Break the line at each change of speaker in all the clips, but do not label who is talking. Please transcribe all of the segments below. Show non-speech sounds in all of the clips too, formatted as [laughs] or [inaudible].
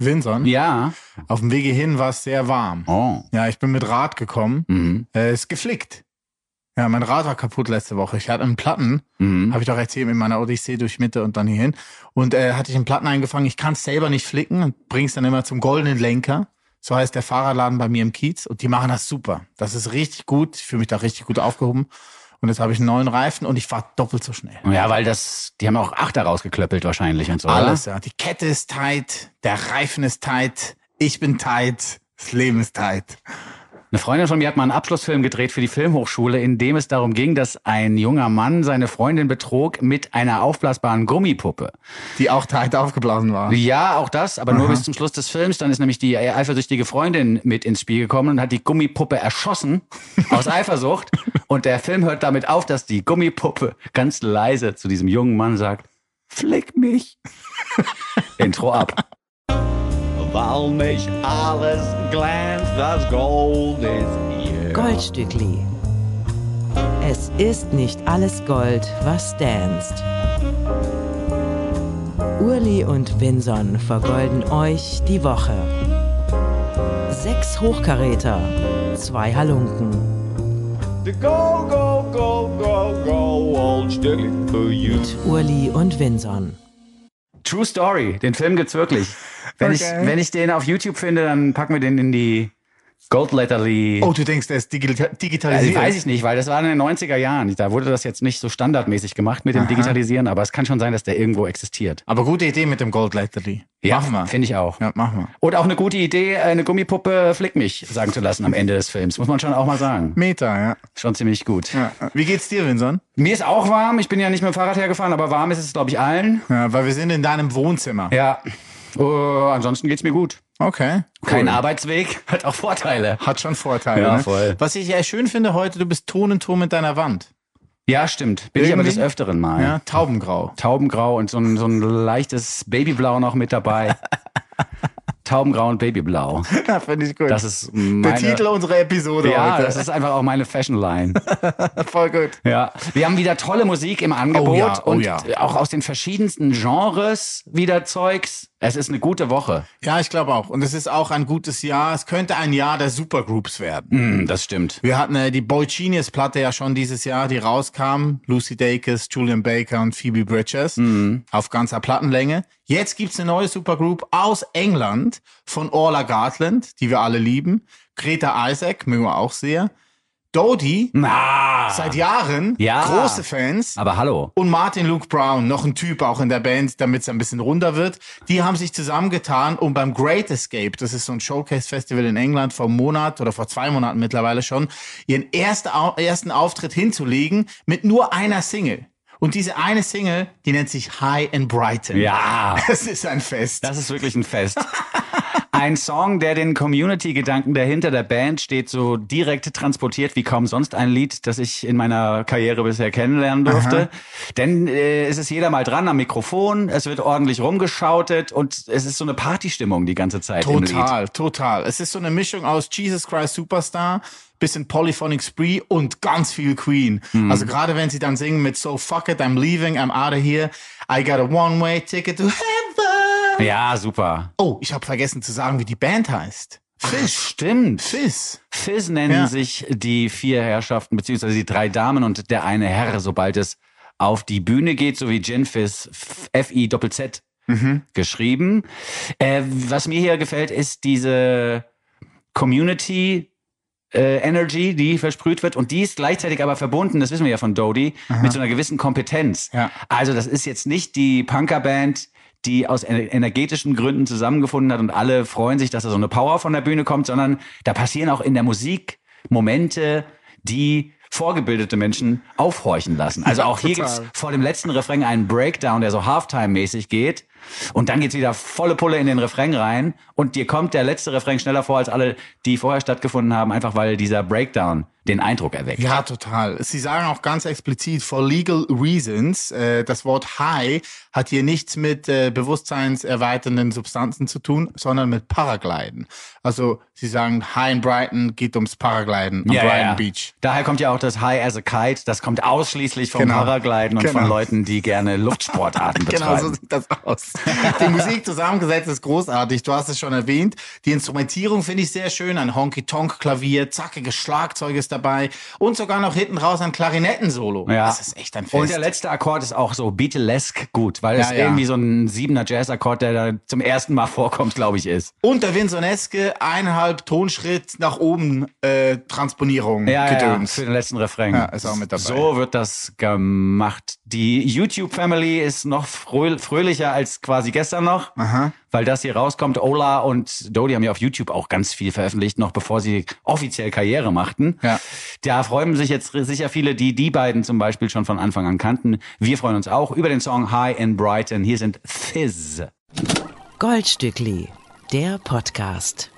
Windsor.
Ja.
Auf dem Wege hin war es sehr warm.
Oh.
Ja, ich bin mit Rad gekommen.
Mhm.
Äh, ist geflickt. Ja, mein Rad war kaputt letzte Woche. Ich hatte einen Platten,
Mhm.
habe ich doch erzählt, in meiner Odyssee durch Mitte und dann hierhin. Und äh, hatte ich einen Platten eingefangen. Ich kann es selber nicht flicken und bring's dann immer zum goldenen Lenker. So heißt der Fahrradladen bei mir im Kiez. Und die machen das super. Das ist richtig gut. Ich fühle mich da richtig gut aufgehoben. Und jetzt habe ich einen neuen Reifen und ich fahre doppelt so schnell.
Ja, weil das, die haben auch Achter rausgeklöppelt wahrscheinlich und so.
Alles, ja. Die Kette ist tight, der Reifen ist tight, ich bin tight, das Leben ist tight.
Oder? Eine Freundin von mir hat mal einen Abschlussfilm gedreht für die Filmhochschule, in dem es darum ging, dass ein junger Mann seine Freundin betrog mit einer aufblasbaren Gummipuppe.
Die auch tight aufgeblasen war.
Ja, auch das, aber nur bis zum Schluss des Films. Dann ist nämlich die äh, eifersüchtige Freundin mit ins Spiel gekommen und hat die Gummipuppe
[laughs]
erschossen aus Eifersucht. Und der Film hört damit auf, dass die Gummipuppe ganz leise zu diesem jungen Mann sagt, flick
[laughs]
mich. Intro ab.
Weil mich alles glänzt, das Gold ist ihr.
Goldstückli. Es ist nicht alles Gold, was danst. Urli und Vinson vergolden euch die Woche. Sechs Hochkaräter, zwei Halunken
The go, go, go, go, go, old Stückli für you.
mit Urli und Vinson.
True Story, den Film gibt's wirklich. Wenn,
Okay.
ich, wenn ich den auf YouTube finde, dann packen wir den in die Gold Letterly.
Oh, du denkst, der ist digita
Also,
digitalisiert.
weiß ich nicht, weil das war in den 90er Jahren. Da wurde das jetzt nicht so standardmäßig gemacht mit dem Digitalisieren, aber es kann schon sein, dass der irgendwo existiert.
Aber gute Idee mit dem Gold Latterly. machen wir.
Finde ich auch.
Ja, machen wir.
Und auch eine gute Idee, eine Gummipuppe äh, flick mich sagen zu lassen am Ende des Films. Muss man schon auch
[laughs]
mal sagen.
Meta, ja.
Schon ziemlich gut.
ja. Wie geht's dir, Vinson?
Mir ist auch warm. Ich bin ja nicht mit dem Fahrrad hergefahren, aber warm ist es, glaube ich, allen.
Ja, weil wir sind in deinem Wohnzimmer.
Ja. Uh, ansonsten geht's mir gut.
Okay.
Kein Arbeitsweg [laughs] hat auch Vorteile.
Hat schon Vorteile.
Ja,
ne?
voll.
Was ich ja schön finde heute, du bist Ton in Ton mit deiner Wand.
Ja, stimmt. Bin ich aber
Irgendwie?
des Öfteren mal.
Ja, [laughs] taubengrau.
Taubengrau und so ein, so ein leichtes Babyblau noch
[laughs]
mit dabei. Taubengrau und Babyblau.
Ja, finde ich gut.
Das ist meine,
der Titel unserer Episode
Ja,
heute.
das ist einfach auch meine Fashionline.
voll gut.
Ja, wir haben wieder tolle Musik im Angebot
Oh ja, oh
und
ja.
auch aus den verschiedensten Genres wieder Zeugs. Es ist eine gute Woche.
Ja, ich glaube auch. Und es ist auch ein gutes Jahr. Es könnte ein Jahr der Supergroups werden.
Hm, das stimmt.
Wir hatten äh, die Boy Genius Platte ja schon dieses Jahr, die rauskam. Lucy Dacus, Julian Baker und Phoebe Bridges auf ganzer Plattenlänge. Jetzt gibt's eine neue Supergroup aus England von Orla Gartland, die wir alle lieben. Greta Isaac, mögen wir auch sehr. Dodie,
Na,
seit Jahren,
Ja.
große Fans.
aber hallo.
und Martin Luke Brown, noch ein Typ auch in der Band, damit es ein bisschen runder wird. Die haben sich zusammengetan, um beim Great Escape, das ist so ein Showcase-Festival in England vor einem Monat oder vor zwei Monaten mittlerweile schon, ihren ersten, Au- ersten Auftritt hinzulegen mit nur einer Single. Und diese eine Single, die nennt sich High in Brighton.
Ja,
Das ist ein Fest.
das ist wirklich ein Fest. [laughs] Ein Song, der den Community-Gedanken, der hinter der Band steht, so direkt transportiert wie kaum sonst ein Lied, das ich in meiner Karriere bisher kennenlernen durfte. Denn äh, es ist jeder mal dran am Mikrofon, es wird ordentlich rumgeschautet und es ist so eine Partystimmung die ganze Zeit im Lied.
Total, total. Es ist so eine Mischung aus Jesus Christ Superstar, bisschen Polyphonic Spree und ganz viel Queen. Also gerade wenn sie dann singen mit So fuck it, I'm leaving, I'm out of here, I got a one-way ticket to heaven.
Ja, super.
Oh, ich habe vergessen zu sagen, wie die Band heißt. Fish.
Stimmt.
Fizz.
Fizz nennen
Ja.
sich die vier Herrschaften, beziehungsweise die drei Damen und der eine Herr, sobald es auf die Bühne geht, so wie Gin Fizz, F-I-Z-Z
Mhm.
geschrieben. Äh, was mir hier gefällt, ist diese Community. Äh, Energy, die versprüht wird und die ist gleichzeitig aber verbunden, das wissen wir ja von Dodie, mit so einer gewissen Kompetenz.
Ja.
Also das ist jetzt nicht die Punkerband, die aus ener- energetischen Gründen zusammengefunden hat und alle freuen sich, dass da so eine Power von der Bühne kommt, sondern da passieren auch in der Musik Momente, die vorgebildete Menschen aufhorchen lassen. Also auch hier gibt's vor dem letzten Refrain einen Breakdown, der so Halftime-mäßig geht. Und dann geht's wieder volle Pulle in den Refrain rein. Und dir kommt der letzte Refrain schneller vor als alle, die vorher stattgefunden haben, einfach weil dieser Breakdown den Eindruck erweckt.
Ja, total. Sie sagen auch ganz explizit, for legal reasons, äh, das Wort high hat hier nichts mit äh, bewusstseinserweiternden Substanzen zu tun, sondern mit Paragliden. Also sie sagen, high in Brighton geht ums Paragliden am Brighton Beach.
Daher kommt ja auch das High as a Kite. Das kommt ausschließlich vom
Genau.
Paragliden und
Genau. [laughs]
von Leuten, die gerne Luftsportarten betreiben. [laughs]
Genau so sieht das aus. Die Musik zusammengesetzt ist großartig. Du hast es schon erwähnt. Die Instrumentierung finde ich sehr schön. Ein Honky-Tonk-Klavier, zackiges Schlagzeug ist dabei und sogar noch hinten raus ein Klarinettensolo.
Ja.
Das ist echt ein Fest.
Und der letzte Akkord ist auch so Beatlesque gut, weil es
Ja, ja.
irgendwie so ein siebener Jazz-Akkord, der da zum ersten Mal vorkommt, glaube ich, ist.
und der Vinsoneske eineinhalb Tonschritt nach oben äh, Transponierung gedöns.
für den letzten Refrain.
Ja, ist auch mit dabei.
So wird das gemacht. Die YouTube-Family ist noch fröhl fröhlicher als quasi gestern noch, weil das hier rauskommt. Ola und Dodi haben ja auf YouTube auch ganz viel veröffentlicht, noch bevor sie offiziell Karriere machten.
Ja.
Da freuen sich jetzt sicher viele, die die beiden zum Beispiel schon von Anfang an kannten. Wir freuen uns auch über den Song High in Brighton. Hier sind Fizz.
Goldstückli, der Podcast.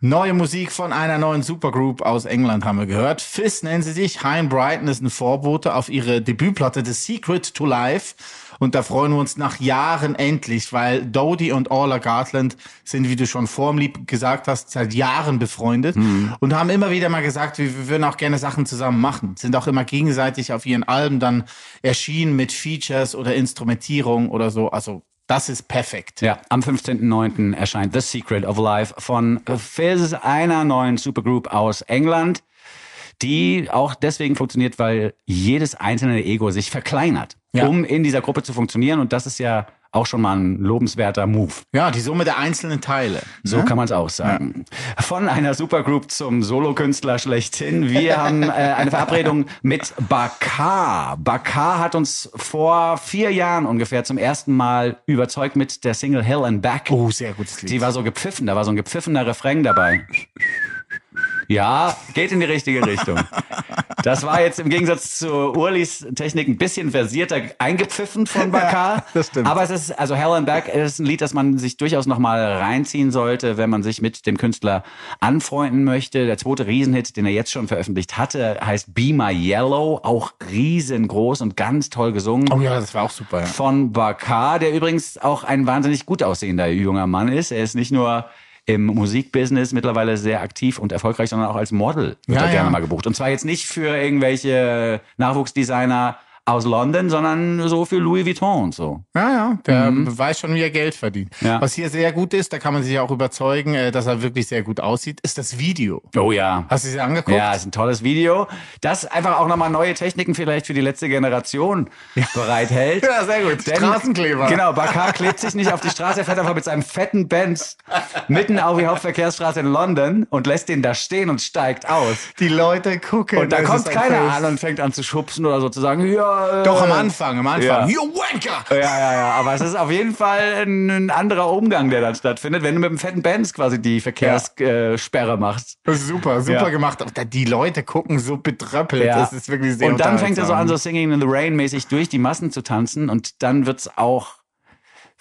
Neue Musik von einer neuen Supergroup aus England haben wir gehört. Fizz nennen sie sich. Hein Brighton ist ein Vorbote auf ihre Debütplatte The Secret to Life. Und da freuen wir uns nach Jahren endlich, weil Dodie und Orla Gartland sind, wie du schon vorm Lieb gesagt hast, seit Jahren befreundet
Hm.
und haben immer wieder mal gesagt, wir, wir würden auch gerne Sachen zusammen machen. Sind auch immer gegenseitig auf ihren Alben dann erschienen mit Features oder Instrumentierung oder so. Also das ist perfekt.
Ja, am 15.09. erscheint The Secret of Life von Fizz, einer neuen Supergroup aus England, die auch deswegen funktioniert, weil jedes einzelne Ego sich verkleinert,
Ja.
um in dieser Gruppe zu funktionieren. Und das ist ja auch schon mal ein lobenswerter Move.
Ja, die Summe der einzelnen Teile.
So kann man es auch sagen. Von einer Supergroup zum Solokünstler
[laughs]
schlechthin. Wir haben äh, eine Verabredung mit Bakar. Bakar hat uns vor vier Jahren ungefähr zum ersten Mal überzeugt mit der Single Hell and Back.
Oh, sehr gutes Lied.
Die war so gepfiffen, da war so ein gepfiffener Refrain dabei. Ja, geht in die richtige Richtung. Das war jetzt im Gegensatz zu Urlis Technik ein bisschen versierter eingepfiffen von Bakar.
das stimmt.
Aber es ist, also Hell and Back ist ein Lied, das man sich durchaus nochmal reinziehen sollte, wenn man sich mit dem Künstler anfreunden möchte. Der zweite Riesenhit, den er jetzt schon veröffentlicht hatte, heißt Be My Yellow, auch riesengroß und ganz toll gesungen
Oh ja, das war auch super. Ja.
von Bakar, der übrigens auch ein wahnsinnig gut aussehender junger Mann ist. Er ist nicht nur im Musikbusiness mittlerweile sehr aktiv und erfolgreich, sondern auch als Model wird
Ja,
er gerne
ja.
mal gebucht. Und zwar jetzt nicht für irgendwelche Nachwuchsdesigner aus London, sondern so für Louis Vuitton und so.
Ja, ja, der weiß schon, wie er Geld verdient.
Mhm. Ja.
Was hier sehr gut ist, da kann man sich auch überzeugen, äh, dass er wirklich sehr gut aussieht, ist das Video.
Oh ja.
Hast du es dir angeguckt?
Ja, ist ein tolles Video, das einfach auch nochmal neue Techniken vielleicht für die letzte Generation bereithält.
[laughs] Ja, sehr gut. Straßenkleber.
Genau, Bakar klebt sich nicht auf die Straße, er fährt einfach mit seinem fetten Benz mitten auf die Hauptverkehrsstraße in London und lässt den da stehen und steigt aus.
Die Leute gucken.
Und da
es
kommt
ist ein
keiner
Fest.
an und fängt an zu schubsen oder so zu sagen, ja. äh,
Doch am Anfang, am Anfang.
Ja.
You wanker!
Ja, ja, ja, aber es ist auf jeden Fall ein, ein anderer Umgang, der dann stattfindet, wenn du mit dem fetten Benz quasi die Verkehrssperre äh, Sperre machst.
Das ist super, super
Ja.
gemacht. Aber da- Die Leute gucken so betröppelt.
Ja.
Das ist wirklich sehr
Und dann fängt er so an,
unterhaltsam.
so Singing in the Rain mäßig durch die Massen zu tanzen und dann wird's auch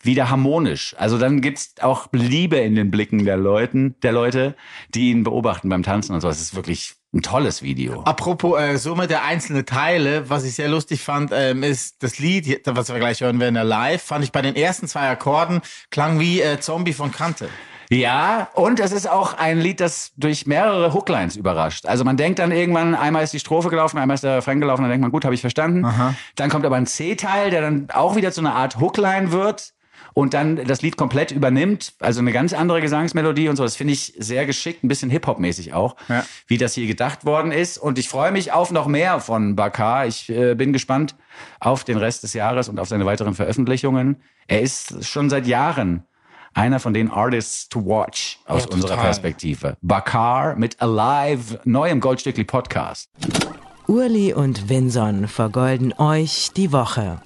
wieder harmonisch. Also dann gibt's auch Liebe in den Blicken der Leuten, der Leute, die ihn beobachten beim Tanzen und so. Es ist wirklich ein tolles Video.
Apropos äh, Summe der einzelnen Teile, was ich sehr lustig fand, ähm, ist das Lied, hier- was wir gleich hören werden, der live, fand ich bei den ersten zwei Akkorden, klang wie äh, Zombie von Kante.
Ja, und es ist auch ein Lied, das durch mehrere Hooklines überrascht. Also man denkt dann irgendwann, einmal ist die Strophe gelaufen, einmal ist der Refrain gelaufen, dann denkt man, gut, habe ich verstanden. Dann kommt aber ein C-Teil, der dann auch wieder zu einer Art Hookline wird und dann das Lied komplett übernimmt. Also eine ganz andere Gesangsmelodie und so. Das finde ich sehr geschickt, ein bisschen Hip-Hop-mäßig auch,
Ja.
wie das hier gedacht worden ist. Und ich freue mich auf noch mehr von Bakar. Ich äh, bin gespannt auf den Rest des Jahres und auf seine weiteren Veröffentlichungen. Er ist schon seit Jahren einer von den Artists to Watch aus
Ja, total.
unserer Perspektive. Bakar mit Alive, neuem Goldstückli Podcast.
Urli und Vinson vergolden euch die Woche.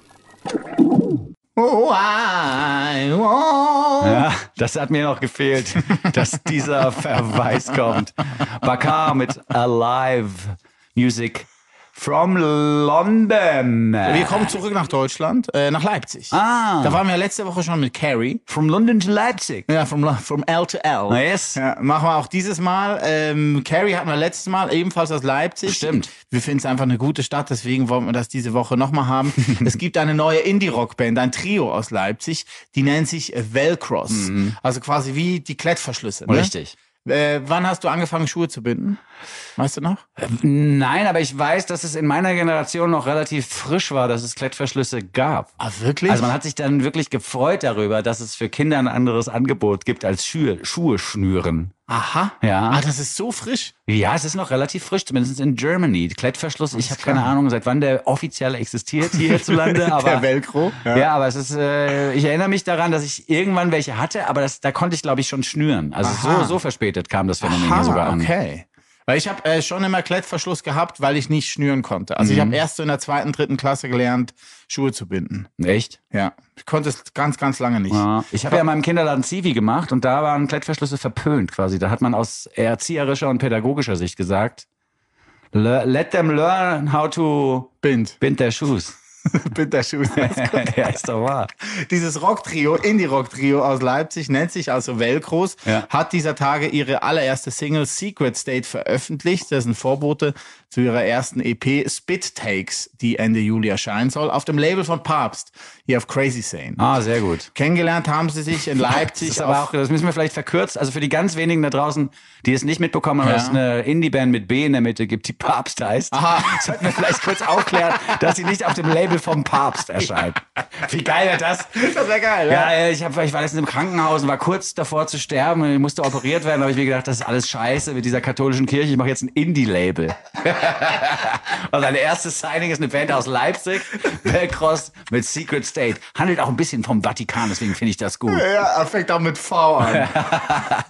Oh, I, oh.
Ja, das hat mir noch
[laughs]
gefehlt, dass dieser Verweis kommt. Bakar mit Alive Music from London.
Wir kommen zurück nach Deutschland, äh, nach Leipzig.
Ah.
Da waren wir letzte Woche schon mit Carrie.
From London to Leipzig.
Ja, from, Lo- from L to L.
Yes.
Ja, machen wir auch dieses Mal. Ähm, Carrie hatten wir letztes Mal, ebenfalls aus Leipzig.
Stimmt.
Wir finden es einfach eine gute Stadt, deswegen wollen wir das diese Woche nochmal haben. es gibt eine neue Indie-Rock-Band, ein Trio aus äh, Leipzig, die nennt sich Velcros. Also quasi wie die Klettverschlüsse. Ne?
Richtig.
Äh, wann hast du angefangen, Schuhe zu binden? Weißt du noch?
Nein, aber ich weiß, dass es in meiner Generation noch relativ frisch war, dass es Klettverschlüsse gab.
Ah, wirklich?
Also man hat sich dann wirklich gefreut darüber, dass es für Kinder ein anderes Angebot gibt als Schuhe, Schuhe schnüren.
Aha.
Ja.
Ah, das ist so
[laughs]
frisch.
Ja, es ist noch relativ frisch, zumindest in Germany. Klettverschluss, ich habe keine Ahnung, seit wann der offiziell existiert hierzulande, aber
[laughs] Der Velcro.
Ja. aber es ist, äh, ich erinnere mich daran, dass ich irgendwann welche hatte, aber das, da konnte ich, glaube ich, schon schnüren. Also
Aha.
so, so verspätet kam das Phänomen
Aha,
hier sogar an.
okay. Weil ich habe äh, schon immer Klettverschluss gehabt, weil ich nicht schnüren konnte. Also ich
Mhm.
habe erst so in der zweiten, dritten Klasse gelernt, Schuhe zu binden.
Echt?
Ja. Ich konnte es ganz, ganz lange nicht. [laughs]
Ja. Ich habe ja in meinem Kinderladen Zivi gemacht und da waren Klettverschlüsse verpönt quasi. Da hat man aus erzieherischer und pädagogischer Sicht gesagt, "Le- let them learn how to
Bind.
bind their shoes.
Bind der Schuhe.
[laughs] ja, ist doch wahr.
Dieses Rock-Trio, Indie-Rock-Trio aus Leipzig, nennt sich also Velcros,
Ja.
hat dieser Tage ihre allererste Single Secret State veröffentlicht. Das ist ein Vorbote zu ihrer ersten EP Spit Takes, die Ende Juli erscheinen soll, auf dem Label von Papst, hier auf Crazy Sane.
Ah, sehr gut.
Kennengelernt haben sie sich in Leipzig.
[laughs] Das, ist aber
auf-
auch, das müssen wir vielleicht verkürzt. Also für die ganz wenigen da draußen, die es nicht mitbekommen haben, dass es eine Indie-Band mit B in der Mitte gibt, die Papst heißt.
Aha.
[laughs] Sollten wir vielleicht kurz aufklären, dass sie nicht auf dem Label vom Papst erscheint. Wie geil wäre das?
das wäre geil,
Ja, ja, ich, hab, ich war letztens im Krankenhaus und war kurz davor zu sterben. und Ich musste operiert werden. Da habe ich mir gedacht, das ist alles scheiße mit dieser katholischen Kirche. Ich mache jetzt ein Indie-Label. [laughs] und sein erstes Signing ist eine Band aus Leipzig, Belcross mit Secret State. Handelt auch ein bisschen vom Vatikan, deswegen finde ich das gut.
Ja, er fängt auch mit V [laughs] an.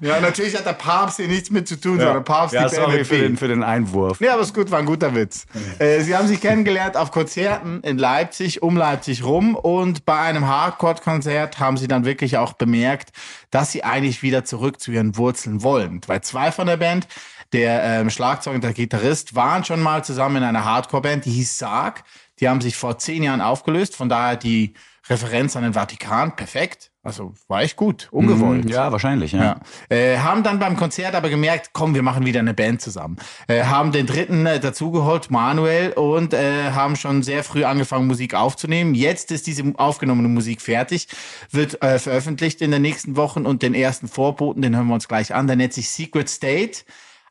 ja, natürlich hat der Papst hier nichts mit zu tun, sondern Papst
ja,
die Band
sorry
mit
für
B.
den, für den Einwurf.
Ja, aber ist gut, war ein guter Witz. Äh, sie haben sich kennengelernt auf Konzerten in Leipzig, um Leipzig rum. Und bei einem Hardcore-Konzert haben sie dann wirklich auch bemerkt, dass sie eigentlich wieder zurück zu ihren Wurzeln wollen. Weil zwei von der Band, der ähm, Schlagzeuger und der Gitarrist, waren schon mal zusammen in einer Hardcore-Band, die hieß Sarg. Die haben sich vor zehn Jahren aufgelöst, von daher die Referenz an den Vatikan, perfekt. Also war ich gut, ungewollt.
Ja, wahrscheinlich, ja.
Mhm. Ja. Äh, haben dann beim Konzert aber gemerkt, komm, wir machen wieder eine Band zusammen. Äh, haben den dritten äh, dazugeholt, Manuel, und äh, haben schon sehr früh angefangen, Musik aufzunehmen. Jetzt ist diese aufgenommene Musik fertig, wird äh, veröffentlicht in den nächsten Wochen und den ersten Vorboten, den hören wir uns gleich an. Der nennt sich Secret State.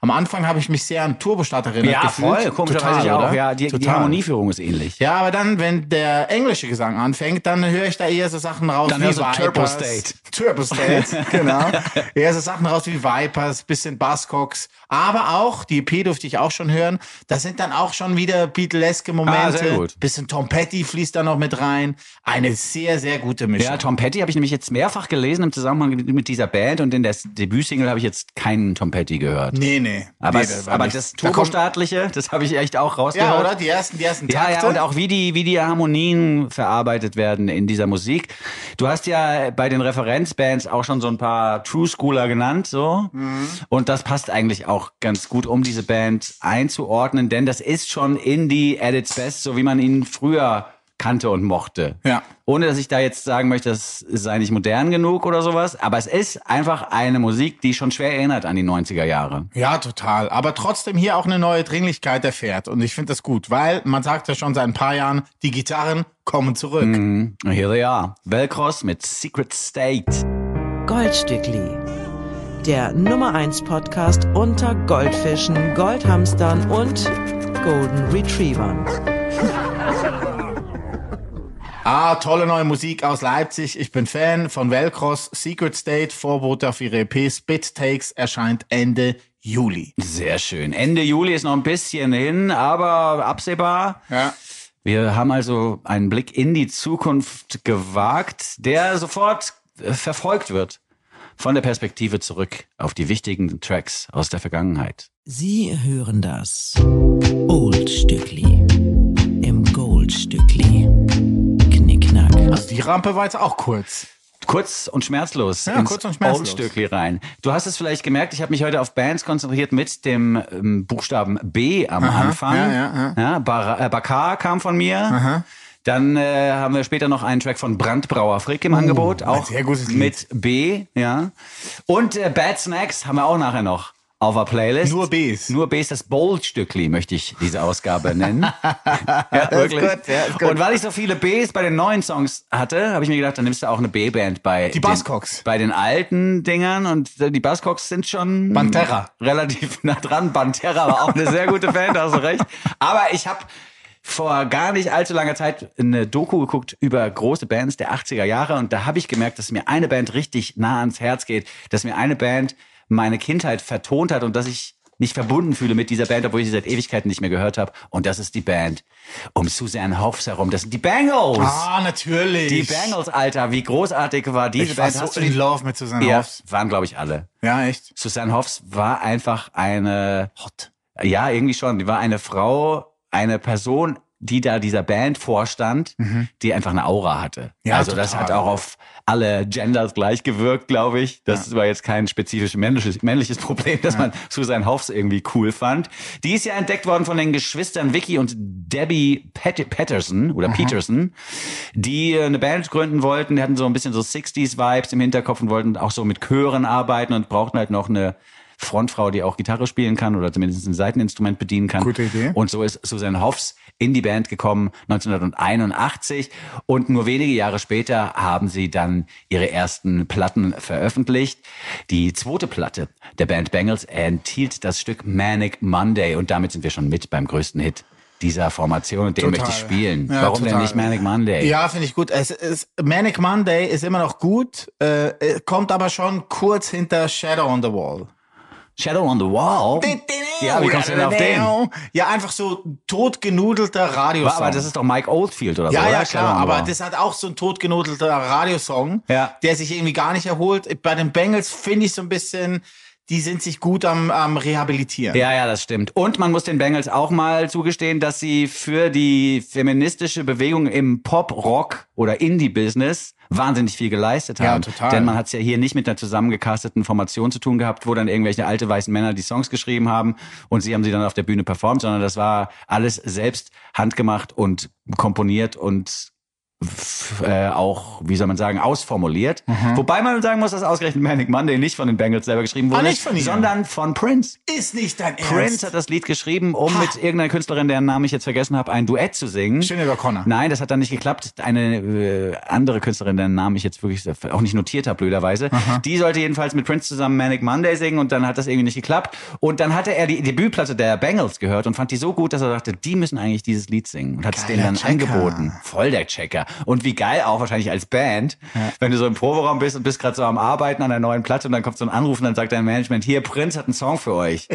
Am Anfang habe ich mich sehr an Turbostart erinnert.
Ja,
gefühlt.
voll, komischerweise ich
Total,
auch.
oder?
Ja, die, die
Total.
Harmonieführung ist ähnlich.
Ja, aber dann, wenn der englische Gesang anfängt, dann höre ich da eher so Sachen raus
Dann
wie
hörst du
Vipers. Turbo
Turbo State. [laughs]
State, genau. eher so Sachen raus wie Vipers, bisschen Buzzcocks. Aber auch, die EP durfte ich auch schon hören, da sind dann auch schon wieder Beatleske
Ah,
Momente.
sehr gut.
Bisschen Tom Petty fließt da noch mit rein. Eine sehr, sehr gute Mischung.
Ja, Tom Petty habe ich nämlich jetzt mehrfach gelesen im Zusammenhang mit- mit dieser Band und in der S- Debütsingle habe ich jetzt keinen Tom Petty gehört.
nee, nee.
Aber,
Mhm. nee,
das,
war
aber
nicht-
das
Da kommt-
Turbostaatliche, das habe ich echt auch rausgehört.
Ja, oder? Die ersten, die ersten
Ja,
Takte.
ja, und auch wie die, wie die Harmonien verarbeitet werden in dieser Musik. Du hast ja bei den Referenzbands auch schon so ein paar True Schooler genannt, so. Und das passt eigentlich auch ganz gut, um diese Band einzuordnen, denn das ist schon Indie at its best, so wie man ihn früher kannte und mochte.
Ja.
Ohne dass ich da jetzt sagen möchte, das sei nicht modern genug oder sowas, aber es ist einfach eine Musik, die schon schwer erinnert an die 90er Jahre.
Ja, total. Aber trotzdem hier auch eine neue Dringlichkeit erfährt. Und ich finde das gut, weil man sagt ja schon seit ein paar Jahren, die Gitarren kommen zurück.
Mhm. Here they are. Velcros mit Secret State.
Goldstückli. Der Nummer 1 Podcast unter Goldfischen, Goldhamstern und Golden Retrievern.
Ah, tolle neue Musik aus Leipzig. Ich bin Fan von Velcros Secret State, Vorbote auf ihre EP Spit Takes, erscheint Ende Juli.
Sehr schön. Ende Juli ist noch ein bisschen hin, aber absehbar.
Ja.
Wir haben also einen Blick in die Zukunft gewagt, der sofort äh, verfolgt wird von der Perspektive zurück auf die wichtigen Tracks aus der Vergangenheit.
Sie hören das Oldstückli im Goldstückli. Knickknack.
Also die Rampe war jetzt auch kurz.
Kurz und schmerzlos
Ja,
ins
kurz und schmerzlos.
Oldstückli rein. Du hast es vielleicht gemerkt, ich habe mich heute auf Bands konzentriert mit dem ähm, Buchstaben B am Anfang.
ja, ja,
Ja, Bar äh, Bakar kam von mir. Dann äh, haben wir später noch einen Track von Brandbrauer Frick im Angebot, auch
sehr Oh, gutes Lied.
mit B, ja. Und äh, Bad Snacks haben wir auch nachher noch. auf der Playlist.
Nur Bs.
Nur Bs, das Bold-Stückli möchte ich diese
[laughs]
Ausgabe nennen. ja, wirklich.
gut, ja, ist gut.
Und weil ich so viele Bs bei den neuen Songs hatte, habe ich mir gedacht, dann nimmst du auch eine B-Band bei.
Die Buzzcocks.
Den, bei den alten Dingern und die Buzzcocks sind schon.
Pantera.
Relativ [laughs] nah dran. Banterra war auch eine sehr gute Band, da hast du recht. Aber ich habe vor gar nicht allzu langer Zeit eine Doku geguckt über große Bands der 80er Jahre und da habe ich gemerkt, dass mir eine Band richtig nah ans Herz geht, dass mir eine Band meine Kindheit vertont hat und dass ich mich verbunden fühle mit dieser Band, obwohl ich sie seit Ewigkeiten nicht mehr gehört habe. Und das ist die Band um Suzanne Hoffs herum. Das sind die Bangles.
Ah, natürlich.
die Bangles, Alter. Wie großartig war diese
Ich war
Band?
so
Hast du
in
die-
love mit Susanne
ja,
Hoffs.
waren, glaube ich, alle.
Ja, echt.
Susanne Hoffs war einfach eine Hot. Ja, irgendwie schon. Die war eine Frau, eine Person, die da dieser Band vorstand, die einfach eine Aura hatte.
Mhm. Ja,
also das
total.
hat auch auf alle Genders gleich gewirkt, glaube ich. Das war jetzt kein spezifisch männliches, männliches Problem, dass man Susanne Hoffs irgendwie cool fand. Die ist ja entdeckt worden von den Geschwistern Vicky und Debbie Pat Patterson oder Peterson, die äh, eine Band gründen wollten. Die hatten so ein bisschen so 60s-Vibes im Hinterkopf und wollten auch so mit Chören arbeiten und brauchten halt noch eine Frontfrau, die auch Gitarre spielen kann oder zumindest ein Seiteninstrument bedienen kann.
Gute Idee.
Und so ist Susanne Hoffs in die Band gekommen 1981 und nur wenige Jahre später haben sie dann ihre ersten Platten veröffentlicht. Die zweite Platte der Band Bangles enthielt das Stück Manic Monday und damit sind wir schon mit beim größten Hit dieser Formation und den
Total.
möchte ich spielen.
Ja,
Warum denn
total.
nicht Manic Monday?
Ja, finde ich gut. Es ist, Manic Monday ist immer noch gut, äh, äh, kommt aber schon kurz hinter Shadow on the Wall.
Shadow on the Wall. Ja, wie kommst du denn auf den?
Ja, einfach so totgenudelter Radiosong.
Aber das ist doch Mike Oldfield oder so.
ja,
oder?
ja,
Shadow on
klar,
the
aber
Wall.
das hat auch so ein totgenudelter Radiosong,
Ja.
der sich irgendwie gar nicht erholt. Bei den Bengals finde ich so ein bisschen, die sind sich gut am, am Rehabilitieren.
Ja, ja, das stimmt. Und man muss den Bengals auch mal zugestehen, dass sie für die feministische Bewegung im Pop, Rock oder Indie-Business wahnsinnig viel geleistet haben.
Ja, total.
Denn man hat es ja hier nicht mit einer zusammengecasteten Formation zu tun gehabt, wo dann irgendwelche alte weißen Männer die Songs geschrieben haben und sie haben sie dann auf der Bühne performt, sondern das war alles selbst handgemacht und komponiert und f- äh, auch, wie soll man sagen, ausformuliert.
Mhm.
Wobei man sagen muss, dass ausgerechnet Manic Monday nicht von den Bengals selber geschrieben wurde,
Ah, nicht von ihnen.
sondern von Prince.
Ist nicht dein Ernst.
Prince hat das Lied geschrieben, um mit irgendeiner Künstlerin, deren Namen ich jetzt vergessen habe, ein Duett zu singen.
Sinead O'Connor.
Nein, das hat dann nicht geklappt. Eine äh, andere Künstlerin, deren Namen ich jetzt wirklich auch nicht notiert habe, blöderweise. Die sollte jedenfalls mit Prince zusammen Manic Monday singen und dann hat das irgendwie nicht geklappt. Und dann hatte er die Debütplatte der Bengals gehört und fand die so gut, dass er dachte, die müssen eigentlich dieses Lied singen. Und hat es denen
Geiler
dann
Checker.
angeboten. Voll der Checker. Und wie geil auch wahrscheinlich als Band, wenn du so im Proberaum bist und bist gerade so am Arbeiten an der neuen Platte und dann kommt so ein Anruf und dann sagt dein Management, hier, Prinz hat einen Song
[laughs]
für euch.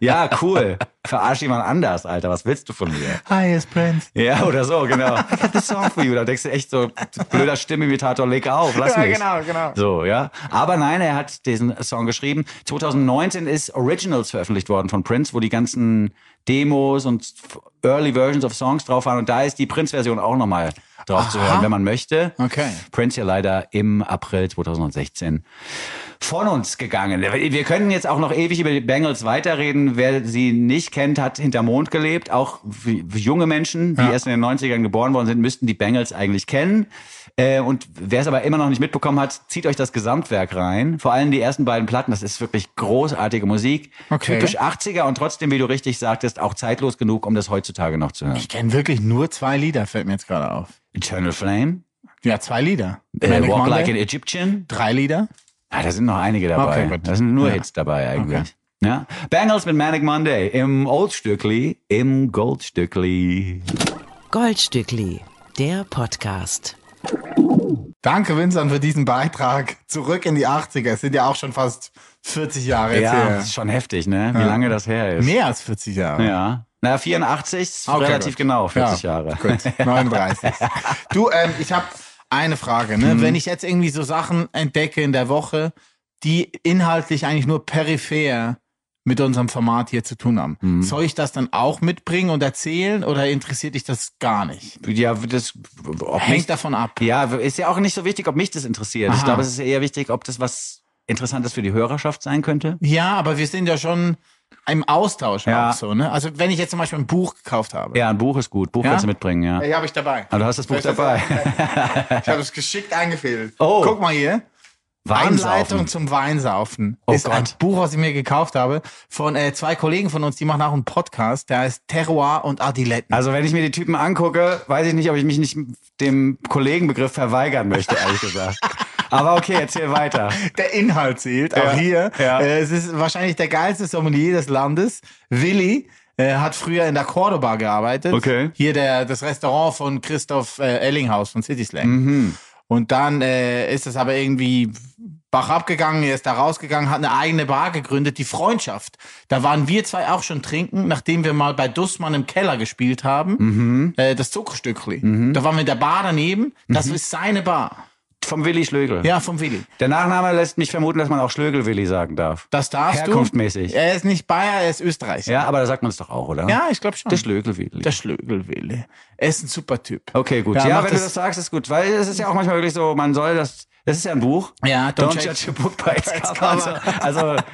ja, cool. Verarsch jemand anders, Alter. Was willst du von mir?
Hi, es ist Prince.
Ja, oder so, [laughs] genau. I got this song for you. Da denkst du echt so, blöder Stimmenimitator, leg auf, lass mich.
genau, genau.
So, ja. Aber nein, er hat diesen Song geschrieben. 2019 ist Originals veröffentlicht worden von Prince, wo die ganzen Demos und Early Versions of Songs drauf waren. Und da ist die Prince-Version auch nochmal drauf zu hören, wenn man möchte.
Okay.
Prince ja leider im April 2016 von uns gegangen. Wir können jetzt auch noch ewig über die Bengals weiterreden. Wer sie nicht kennt, hat hinter Mond gelebt. Auch w- junge Menschen, die erst in den 90ern geboren worden sind, müssten die Bengals eigentlich kennen. Äh, Und wer es aber immer noch nicht mitbekommen hat, zieht euch das Gesamtwerk rein. Vor allem die ersten beiden Platten, das ist wirklich großartige Musik.
Okay.
Typisch 80er und trotzdem, wie du richtig sagtest, auch zeitlos genug, um das heutzutage noch zu hören.
Ich kenne wirklich nur zwei Lieder, fällt mir jetzt gerade auf.
Eternal Flame,
Ja, zwei Lieder.
äh,
Manic
Walk
Monday,
Like an Egyptian.
drei Lieder.
Ah, da sind noch einige dabei.
Okay, gut.
da sind nur
Ja.
Hits dabei eigentlich. Ja. Bangles mit Manic Monday im Oldstückli, im Goldstückli.
Goldstückli, der Podcast.
Danke, Vincent, für diesen Beitrag. Zurück in die 80er. Es sind ja auch schon fast 40 Jahre jetzt
Ja,
her.
ist schon heftig, ne? Wie lange das her ist.
Mehr als 40 Jahre.
Ja. Na, 84 ist
Okay,
relativ
gut.
genau, 40
Ja,
Jahre.
Gut, 39. du, ähm, ich habe eine Frage.
Mhm.
Ne? Wenn ich jetzt irgendwie so Sachen entdecke in der Woche, die inhaltlich eigentlich nur peripher mit unserem Format hier zu tun haben,
Mhm.
soll ich das dann auch mitbringen und erzählen oder interessiert dich das gar nicht?
[laughs] Ja, das ob mich,
Hängt davon ab.
Ja, ist ja auch nicht so wichtig, ob mich das interessiert. Ich glaube, es ist eher wichtig, ob das was Interessantes für die Hörerschaft sein könnte.
Ja, aber wir sind ja schon im Austausch
Ja.
auch so. Ne? Also wenn ich jetzt zum Beispiel ein Buch gekauft habe,
Ja, ein Buch ist gut. Buch
Ja?
kannst du mitbringen, ja.
ja. habe ich dabei.
[laughs] Aber du hast das Buch
Ich hab das
dabei.
Ich habe es geschickt eingefädelt.
Oh.
Guck mal hier. Anleitung
Weinsaufen.
zum Weinsaufen
Oh
ist ein
Gott.
Buch, was ich mir gekauft habe von äh, zwei Kollegen von uns, die machen auch einen Podcast, der heißt Terroir und Adiletten.
Also wenn ich mir die Typen angucke, weiß ich nicht, ob ich mich nicht dem Kollegenbegriff verweigern möchte, ehrlich gesagt. Aber okay, erzähl weiter.
Der Inhalt zählt, auch
Ja,
hier.
ja.
Äh, es ist wahrscheinlich der geilste Sommelier des Landes. Willi äh, hat früher in der Cordoba gearbeitet.
Okay.
Hier der, das Restaurant von Christoph äh, Ellinghaus von City Slang.
Mhm.
Und dann äh, ist es aber irgendwie Bach abgegangen, er ist da rausgegangen, hat eine eigene Bar gegründet, die Freundschaft. Da waren wir zwei auch schon trinken, nachdem wir mal bei Dussmann im Keller gespielt haben,
Mhm.
äh, das Zuckerstückli. Da waren wir in der Bar daneben, das
Mhm.
ist seine Bar.
Vom Willi Schlögel.
Ja, vom Willi.
Der Nachname lässt mich vermuten, dass man auch Schlögel-Willi sagen darf.
Das darfst
Herkunftmäßig.
du. Er ist nicht Bayer, er ist Österreicher.
Ja, aber da sagt man es doch auch, oder?
Ja, ich glaube schon.
Der Schlögel-Willi.
Der Schlögelwille. Er ist ein super Typ.
Okay, gut. Ja,
mach
wenn
das-
du das sagst, ist gut. Weil es ist ja auch manchmal wirklich so, man soll das. Das ist ja ein Buch.
Ja,
don't,
don't
judge
judge
a book by its
its
cover. Also, also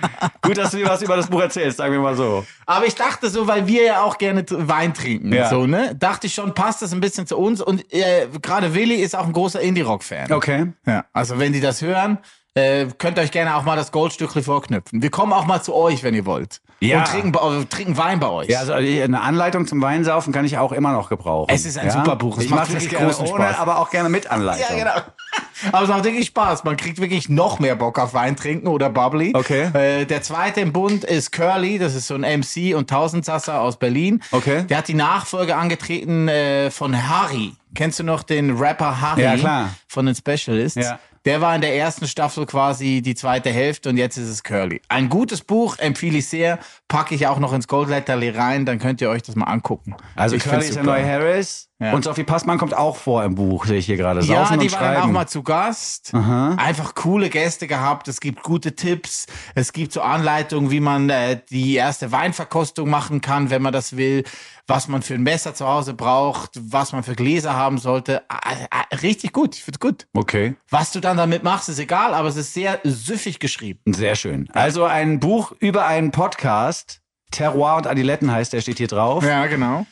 gut, dass du mir was über das Buch erzählst, sagen wir mal so.
Aber ich dachte so, weil wir ja auch gerne t- Wein trinken,
Ja.
so ne, dachte ich schon, passt das ein bisschen zu uns. Und äh, gerade Willi ist auch ein großer Indie-Rock-Fan.
Okay.
Ja. Also wenn die das hören, äh, könnt ihr euch gerne auch mal das Goldstückchen vorknüpfen. Wir kommen auch mal zu euch, wenn ihr wollt.
Ja.
Und trinken, bei, eu- trinken Wein bei euch.
Ja, also eine Anleitung zum Weinsaufen kann ich auch immer noch gebrauchen.
Es ist ein
ja?
super Buch. Es
Ich
macht
mache das
wirklich
gerne
großen
ohne,
Spaß.
aber auch gerne mit Anleitung.
Ja, genau. [laughs] Aber es macht wirklich Spaß. Man kriegt wirklich noch mehr Bock auf Wein trinken oder Bubbly.
Okay.
Äh, der zweite im Bund ist Curly. Das ist so ein MC und Tausendsasser aus Berlin.
Okay.
Der hat die Nachfolge angetreten äh, von Harry. Kennst du noch den Rapper Harry?
Ja, klar.
Von den Specialists.
Ja.
Der war in der ersten Staffel quasi die zweite Hälfte und jetzt ist es Curly. Ein gutes Buch, empfehle ich sehr. Packe ich auch noch ins Gold Letterly rein, dann könnt ihr euch das mal angucken.
Also
Ich
Curly
find's
ist der
super.
neue Harris
Ja.
und Sophie Passmann kommt auch vor im Buch, sehe ich hier gerade.
Ja,
Saufen
die
und
waren dann
schreiben.
auch mal zu Gast. Einfach coole Gäste gehabt. Es gibt gute Tipps. Es gibt so Anleitungen, wie man äh, die erste Weinverkostung machen kann, wenn man das will. Was man für ein Messer zu Hause braucht, was man für Gläser haben sollte. Ah, ah, richtig gut. Ich find's gut.
okay.
Was du dann damit machst, ist egal, aber es ist sehr süffig geschrieben.
Sehr schön. Also ein Buch über einen Podcast. Terroir und Adiletten heißt der, steht hier drauf.
Ja, genau.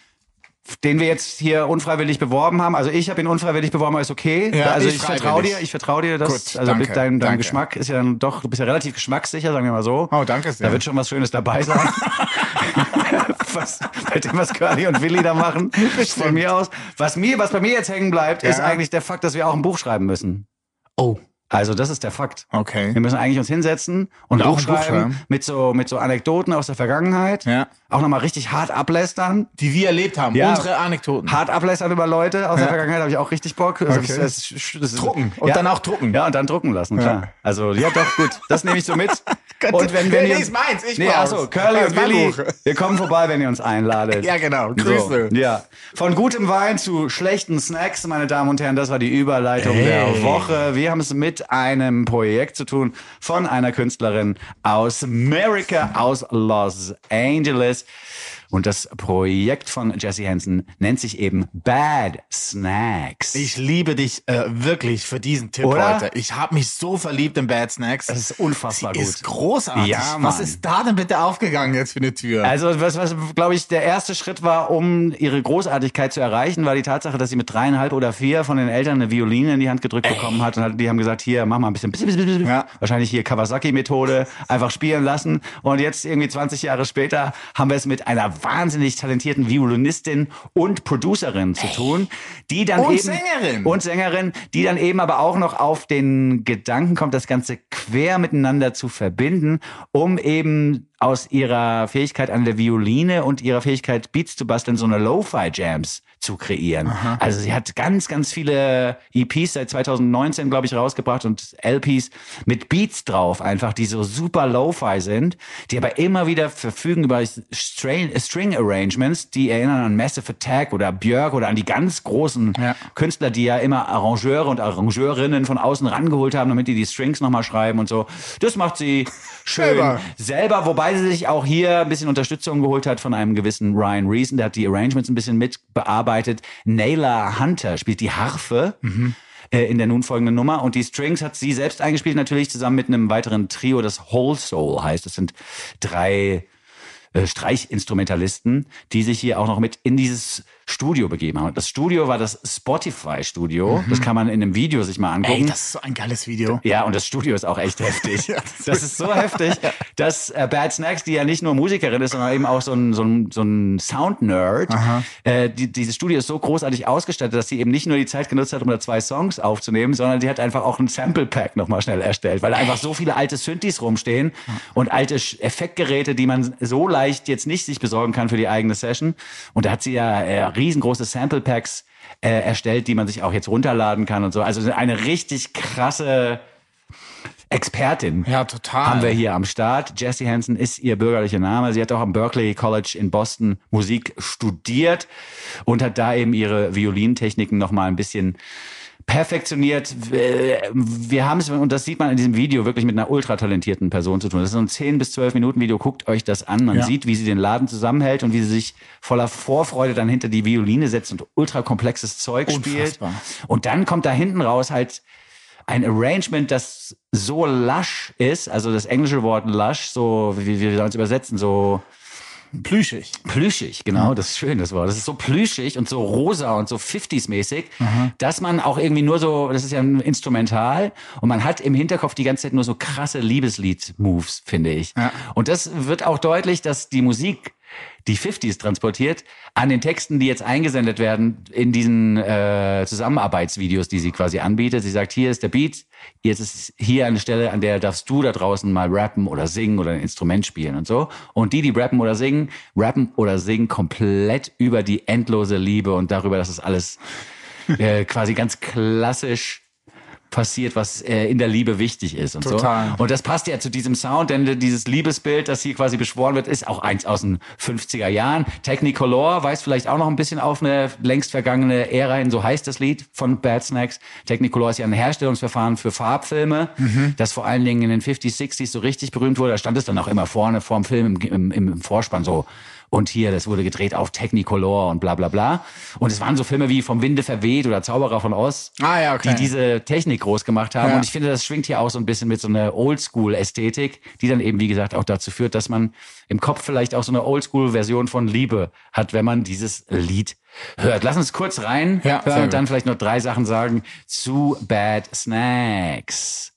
Den wir jetzt hier unfreiwillig beworben haben. Also ich habe ihn unfreiwillig beworben, aber ist okay.
Ja,
also ich,
ich
vertraue
freiwillig.
dir, ich vertraue dir, dass
Gut,
also
danke,
mit deinem, deinem
danke.
Geschmack ist ja dann doch, du bist ja relativ geschmackssicher, sagen wir mal so.
Oh, danke sehr.
Da wird schon was Schönes
[laughs]
dabei sein. was, bei dem, was Curly und Willi da machen, von mir aus. Was mir, was bei mir jetzt hängen bleibt, ist
Ja.
eigentlich der Fakt, dass wir auch ein Buch schreiben müssen.
Oh,
Also das ist der Fakt.
okay.
Wir müssen eigentlich uns hinsetzen und,
Und
ein
auch
Buch
ein Buch
schreiben
schreiben.
mit so, mit so Anekdoten aus der Vergangenheit.
Ja.
Auch nochmal richtig hart ablästern.
Die wir erlebt haben.
Ja.
Unsere Anekdoten.
Hart ablästern über Leute aus der
Ja.
Vergangenheit habe ich auch richtig Bock. Also
Okay.
das, das, das,
Drucken. Und dann auch drucken.
Ja, und dann drucken lassen, klar. Also, ja, doch, gut. Das nehme ich so
[laughs]
mit. und wenn, wenn
Nee,
ihr
ist meins, ich
nee,
brauch's.
achso, Curly
Das
und
ist mein
Willi,
Buch.
wir kommen vorbei, wenn ihr uns einladet.
Ja, genau. Grüße.
So, ja. Von gutem Wein zu schlechten Snacks, meine Damen und Herren, das war die Überleitung der Woche. Wir haben es mit einem Projekt zu tun von einer Künstlerin aus Amerika, aus Los Angeles. Und das Projekt von Jesse Hansen nennt sich eben Bad Snacks.
Ich liebe dich äh, wirklich für diesen Tipp
Oder?
heute. Ich habe mich so verliebt in Bad Snacks.
Das ist unfassbar
Sie
gut.
Ist großartig.
Ja, Mann.
Was ist da denn bitte aufgegangen jetzt für eine Tür?
Also was, was glaube ich, der erste Schritt war, um ihre Großartigkeit zu erreichen, war die Tatsache, dass sie mit dreieinhalb oder vier von den Eltern eine Violine in die Hand gedrückt bekommen hat und hat, die haben gesagt, hier, mach mal ein bisschen, bisschen, bisschen, bisschen.
Ja.
wahrscheinlich hier Kawasaki-Methode, einfach spielen lassen. Und jetzt irgendwie 20 Jahre später haben wir es mit einer wahnsinnig talentierten Violinistin und Producerin zu tun, die dann
Und
eben
Sängerin.
und Sängerin, die dann eben aber auch noch auf den Gedanken kommt, das Ganze quer miteinander zu verbinden, um eben aus ihrer Fähigkeit an der Violine und ihrer Fähigkeit Beats zu basteln, so eine Lo-Fi-Jams zu kreieren. Also sie hat ganz, ganz viele EPs seit 2019, glaube ich, rausgebracht und LPs mit Beats drauf einfach, die so super Lo-Fi sind, die aber immer wieder verfügen über Strain- String-Arrangements, die erinnern an Massive Attack oder Björk oder an die ganz großen
Ja.
Künstler, die ja immer Arrangeure und Arrangeurinnen von außen rangeholt haben, damit die die Strings nochmal schreiben und so. Das macht sie schön selber.
Selber.
wobei sie sich auch hier ein bisschen Unterstützung geholt hat von einem gewissen Ryan Reason, der hat die Arrangements ein bisschen mitbearbeitet. Naylor Hunter spielt die Harfe. äh, In der nun folgenden Nummer. Und die Strings hat sie selbst eingespielt, natürlich zusammen mit einem weiteren Trio, das Whole Soul heißt. Das sind drei äh, äh, Streichinstrumentalisten, die sich hier auch noch mit in dieses Studio begeben haben. Das Studio war das Spotify-Studio. Das kann man in einem Video sich mal angucken.
Mhm. Ey, das ist so ein geiles Video.
Ja, und das Studio ist auch echt heftig.
das
das ist so heftig, dass äh, Bad Snacks, die ja nicht nur Musikerin ist, sondern eben auch so ein, so ein, so ein Sound-Nerd, äh, die, dieses Studio ist so großartig ausgestattet, dass sie eben nicht nur die Zeit genutzt hat, um da zwei Songs aufzunehmen, sondern die hat einfach auch ein Sample-Pack nochmal schnell erstellt, weil da einfach so viele alte Synthes rumstehen und alte Sch- Effektgeräte, die man so leicht jetzt nicht sich besorgen kann für die eigene Session. Und da hat sie ja äh, riesengroße Sample-Packs äh, erstellt, die man sich auch jetzt runterladen kann und so. Also eine richtig krasse Expertin
Ja, total.
haben wir hier am Start. Jessie Hansen ist ihr bürgerlicher Name. Sie hat auch am Berkeley College in Boston Musik studiert und hat da eben ihre Violintechniken noch mal ein bisschen perfektioniert. Wir wir haben es, und das sieht man in diesem Video, wirklich mit einer ultra talentierten Person zu tun. Das ist so ein 10 bis 12 Minuten Video. Guckt euch das an. Man
Ja.
sieht, wie sie den Laden zusammenhält und wie sie sich voller Vorfreude dann hinter die Violine setzt und ultra komplexes Zeug
Unfassbar.
spielt. Und dann kommt da hinten raus halt ein Arrangement, das so lush ist, also das englische Wort lush, so, wie, wie wir es übersetzen, so
Plüschig.
plüschig, genau, das ist schön, das Wort. Das ist so plüschig und so rosa und so 50s-mäßig, dass man auch irgendwie nur so, das ist ja ein Instrumental und man hat im Hinterkopf die ganze Zeit nur so krasse Liebeslied-Moves, finde ich.
Ja.
Und das wird auch deutlich, dass die Musik die 50s transportiert, an den Texten, die jetzt eingesendet werden in diesen äh, Zusammenarbeitsvideos, die sie quasi anbietet. Sie sagt, hier ist der Beat, jetzt ist hier eine Stelle, an der darfst du da draußen mal rappen oder singen oder ein Instrument spielen und so. Und die, die rappen oder singen, rappen oder singen komplett über die endlose Liebe und darüber, dass es alles äh, quasi ganz klassisch passiert, was äh, in der Liebe wichtig ist und
Total.
so. Und das passt ja zu diesem Sound, denn dieses Liebesbild, das hier quasi beschworen wird, ist auch eins aus den 50er Jahren. Technicolor weist vielleicht auch noch ein bisschen auf eine längst vergangene Ära hin, so heißt das Lied von Bad Snacks. Technicolor ist ja ein Herstellungsverfahren für Farbfilme,
Mhm.
das vor allen Dingen in den 50s, 60s so richtig berühmt wurde. Da stand es dann auch immer vorne vorm Film im, im, im Vorspann so. Und hier, das wurde gedreht auf Technicolor und bla bla bla. Und es waren so Filme wie Vom Winde verweht oder Zauberer von Oz
Ah, ja, okay.
die diese Technik groß gemacht haben.
Ja.
Und ich finde, das schwingt hier auch so ein bisschen mit so einer Oldschool-Ästhetik, die dann eben, wie gesagt, auch dazu führt, dass man im Kopf vielleicht auch so eine Oldschool-Version von Liebe hat, wenn man dieses Lied hört. Lass uns kurz rein
Ja, sehr
hören und
gut.
dann vielleicht noch drei Sachen sagen zu Bad Snacks.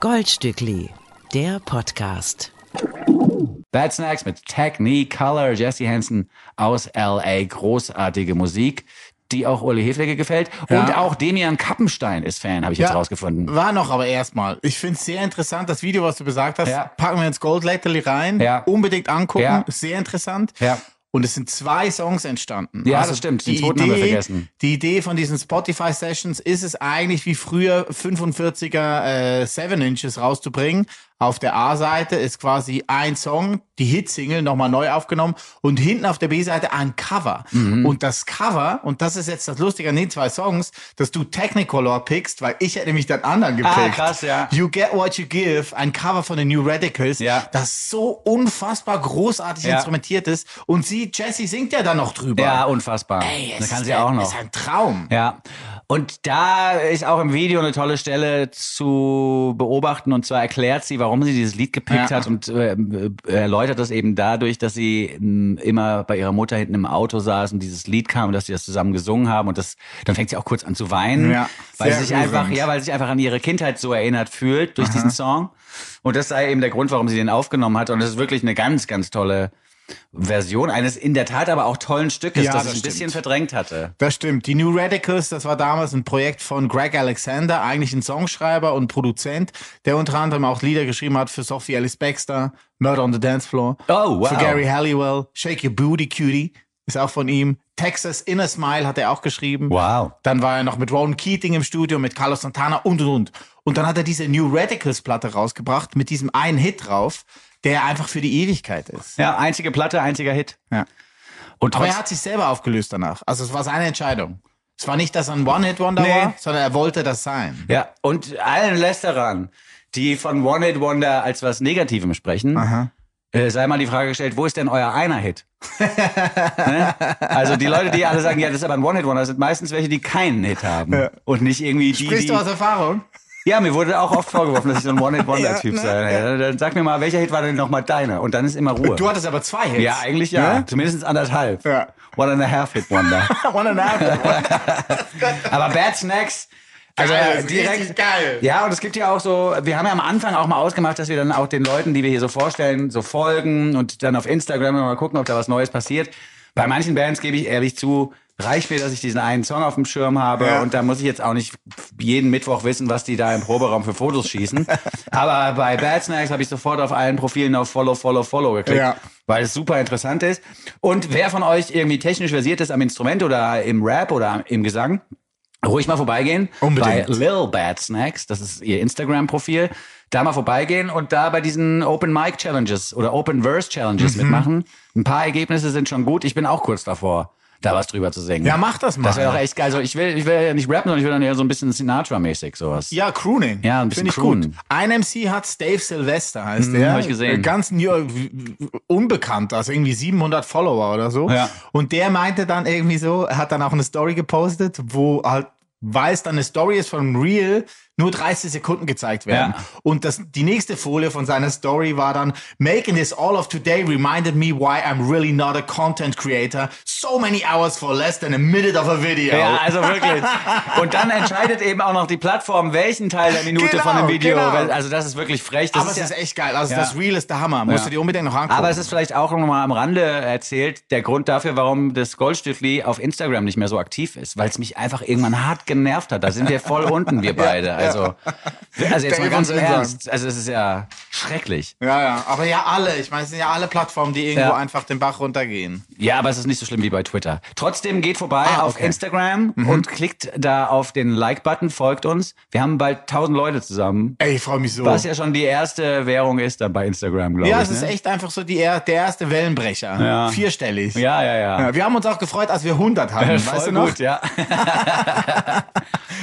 Goldstückli, der Podcast.
Bad Snacks mit Technicolor, Jesse Hansen aus LA. Großartige Musik, die auch Uli Heflege gefällt. Und auch Demian Kappenstein ist Fan, habe ich jetzt rausgefunden.
War noch, aber erstmal. Ich finde es sehr interessant, das Video, was du besagt hast.
Ja.
Packen wir ins Gold Latterly rein.
Ja.
Unbedingt angucken.
Ja.
Ist Sehr interessant.
Ja.
Und es sind zwei Songs entstanden. Also
Ja, das stimmt. Den
Die
zweiten haben wir
Idee,
vergessen.
die Idee von diesen Spotify-Sessions ist es eigentlich wie früher 45er äh, 7 Inches rauszubringen. Auf der A-Seite ist quasi ein Song, die Hitsingle nochmal neu aufgenommen und hinten auf der B-Seite ein Cover.
Mhm.
Und das Cover, und das ist jetzt das Lustige an den zwei Songs, dass du Technicolor pickst, weil ich hätte nämlich den anderen gepickt.
Ah, krass, ja.
You Get What You Give, ein Cover von den New Radicals,
Ja.
das so unfassbar großartig
Ja.
instrumentiert ist. Und sie, Jessie, singt ja dann noch drüber.
Ja, unfassbar.
Ey,
da
es
kann
ist
sie auch
ein-
noch.
Ist ein Traum.
Ja. Und da ist auch im Video eine tolle Stelle zu beobachten. Und zwar erklärt sie, warum sie dieses Lied gepickt
Ja.
hat und äh, äh, erläutert das eben dadurch, dass sie mh, immer bei ihrer Mutter hinten im Auto saß und dieses Lied kam und dass sie das zusammen gesungen haben. Und das, dann fängt sie auch kurz an zu weinen,
Ja,
weil
sehr
sie sich einfach,
rührend.
ja, weil sie sich einfach an ihre Kindheit so erinnert fühlt durch diesen Song. Und das sei eben der Grund, warum sie den aufgenommen hat. Und das ist wirklich eine ganz, ganz tolle Version eines in der Tat aber auch tollen Stückes,
Ja,
das,
das
ich ein bisschen
stimmt.
verdrängt hatte.
Das stimmt. Die New Radicals, das war damals ein Projekt von Greg Alexander, eigentlich ein Songschreiber und Produzent, der unter anderem auch Lieder geschrieben hat für Sophie Ellis Baxter, Murder on the Dance Floor,
Oh, wow.
für Gary Halliwell, Shake Your Booty Cutie, ist auch von ihm. Texas Inner Smile hat er auch geschrieben.
Wow.
Dann war er noch mit Rowan Keating im Studio, mit Carlos Santana und und und. Und dann hat er diese New Radicals Platte rausgebracht mit diesem einen Hit drauf, der einfach für die Ewigkeit ist.
Ja, einzige Platte, einziger Hit.
Ja.
Und
Aber
trotz,
er hat sich selber aufgelöst danach. Also es war seine Entscheidung. Es war nicht, dass er ein One-Hit-Wonder
Nee.
war, sondern er wollte das sein.
ja, und allen Lästerern, die von One Hit Wonder als was Negativem sprechen, äh, sei mal die Frage gestellt, wo ist denn euer einer Hit? [laughs] ne? Also die Leute, die alle sagen, ja, das ist aber ein One Hit Wonder, das sind meistens welche, die keinen Hit haben und nicht irgendwie die,
Sprichst
die
du aus Erfahrung?
Ja, mir wurde auch oft vorgeworfen, dass ich so ein One-Hit-Wonder-Typ
[laughs] Ja, ne?
sei. Ja, Dann sag mir mal, welcher Hit war denn nochmal deiner? Und dann ist immer Ruhe.
Du hattest aber zwei Hits.
ja, eigentlich ja.
Ne?
Zumindest anderthalb.
Ja.
One and a half Hit Wonder.
[laughs] One and a half.
Aber Bad Snacks. Also
Geil, ist richtig
direkt
geil.
Ja, und es gibt ja auch so, wir haben ja am Anfang auch mal ausgemacht, dass wir dann auch den Leuten, die wir hier so vorstellen, so folgen und dann auf Instagram mal gucken, ob da was Neues passiert. Bei manchen Bands gebe ich ehrlich zu, reicht mir, dass ich diesen einen Song auf dem Schirm habe
Ja.
und da muss ich jetzt auch nicht jeden Mittwoch wissen, was die da im Proberaum für Fotos
[laughs]
schießen. Aber bei Bad Snacks habe ich sofort auf allen Profilen auf Follow, Follow, Follow geklickt
Ja.
weil es super interessant ist. Und wer von euch irgendwie technisch versiert ist am Instrument oder im Rap oder im Gesang, ruhig mal vorbeigehen.
Unbedingt.
Bei Lil Bad Snacks, das ist ihr Instagram-Profil. Da mal vorbeigehen und da bei diesen Open Mic Challenges oder Open Verse Challenges
Mhm.
mitmachen. Ein paar Ergebnisse sind schon gut. Ich bin auch kurz davor, da was drüber zu singen.
Ja, mach das mal.
Das wäre auch echt geil. Also ich will, ich will ja nicht rappen, sondern ich will dann eher so ein bisschen Sinatra-mäßig sowas.
Ja, Crooning.
Ja, ein bisschen
Finde ich
croonen.
gut. Ein MC hat's, Dave Sylvester heißt der.
hab ich gesehen.
Ganz New York, w- w- unbekannt, das irgendwie 700 Follower oder so.
Ja.
Und der meinte dann irgendwie so, er hat dann auch eine Story gepostet, wo halt, weil es dann eine Story ist von Real, nur 30 Sekunden gezeigt werden.
Ja.
Und das, die nächste Folie von seiner Story war dann, making this all of today reminded me why I'm really not a content creator. So many hours for less than a minute of a video.
Ja, also wirklich. Und dann entscheidet eben auch noch die Plattform, welchen Teil der Minute
Genau,
von dem Video.
genau.
weil- Also das ist wirklich frech. Das
aber es
ja-
ist echt geil. Also
Ja.
das Real ist der Hammer. Musst
Ja.
du dir unbedingt noch angucken.
aber es ist vielleicht auch nochmal am Rande erzählt, der Grund dafür, warum das Goldstückli auf Instagram nicht mehr so aktiv ist, weil es mich einfach irgendwann hart genervt hat. Da sind wir voll
[laughs]
unten, wir beide. Also, also jetzt mal
Dave
ganz
und Vincent.
im Ernst. Also es ist ja schrecklich.
Ja, ja, aber ja alle. Ich meine, es sind ja alle Plattformen, die irgendwo
Ja.
einfach den Bach runtergehen.
Ja, aber es ist nicht so schlimm wie bei Twitter. Trotzdem geht vorbei
Ah,
auf
okay. Mhm.
Instagram und klickt da auf den Like-Button, folgt uns. Wir haben bald 1000 Leute zusammen.
Ey, ich freue mich so.
Was ja schon die erste Währung ist dann bei Instagram, glaube
Oh. ja,
ich.
es ist
ne?
echt einfach so die, er- der erste Wellenbrecher.
Ja.
Vierstellig.
Ja, ja, ja.
Ja, Wir haben uns auch gefreut, als wir 100
[laughs]
hatten.
Voll
weißt du noch?
gut, ja.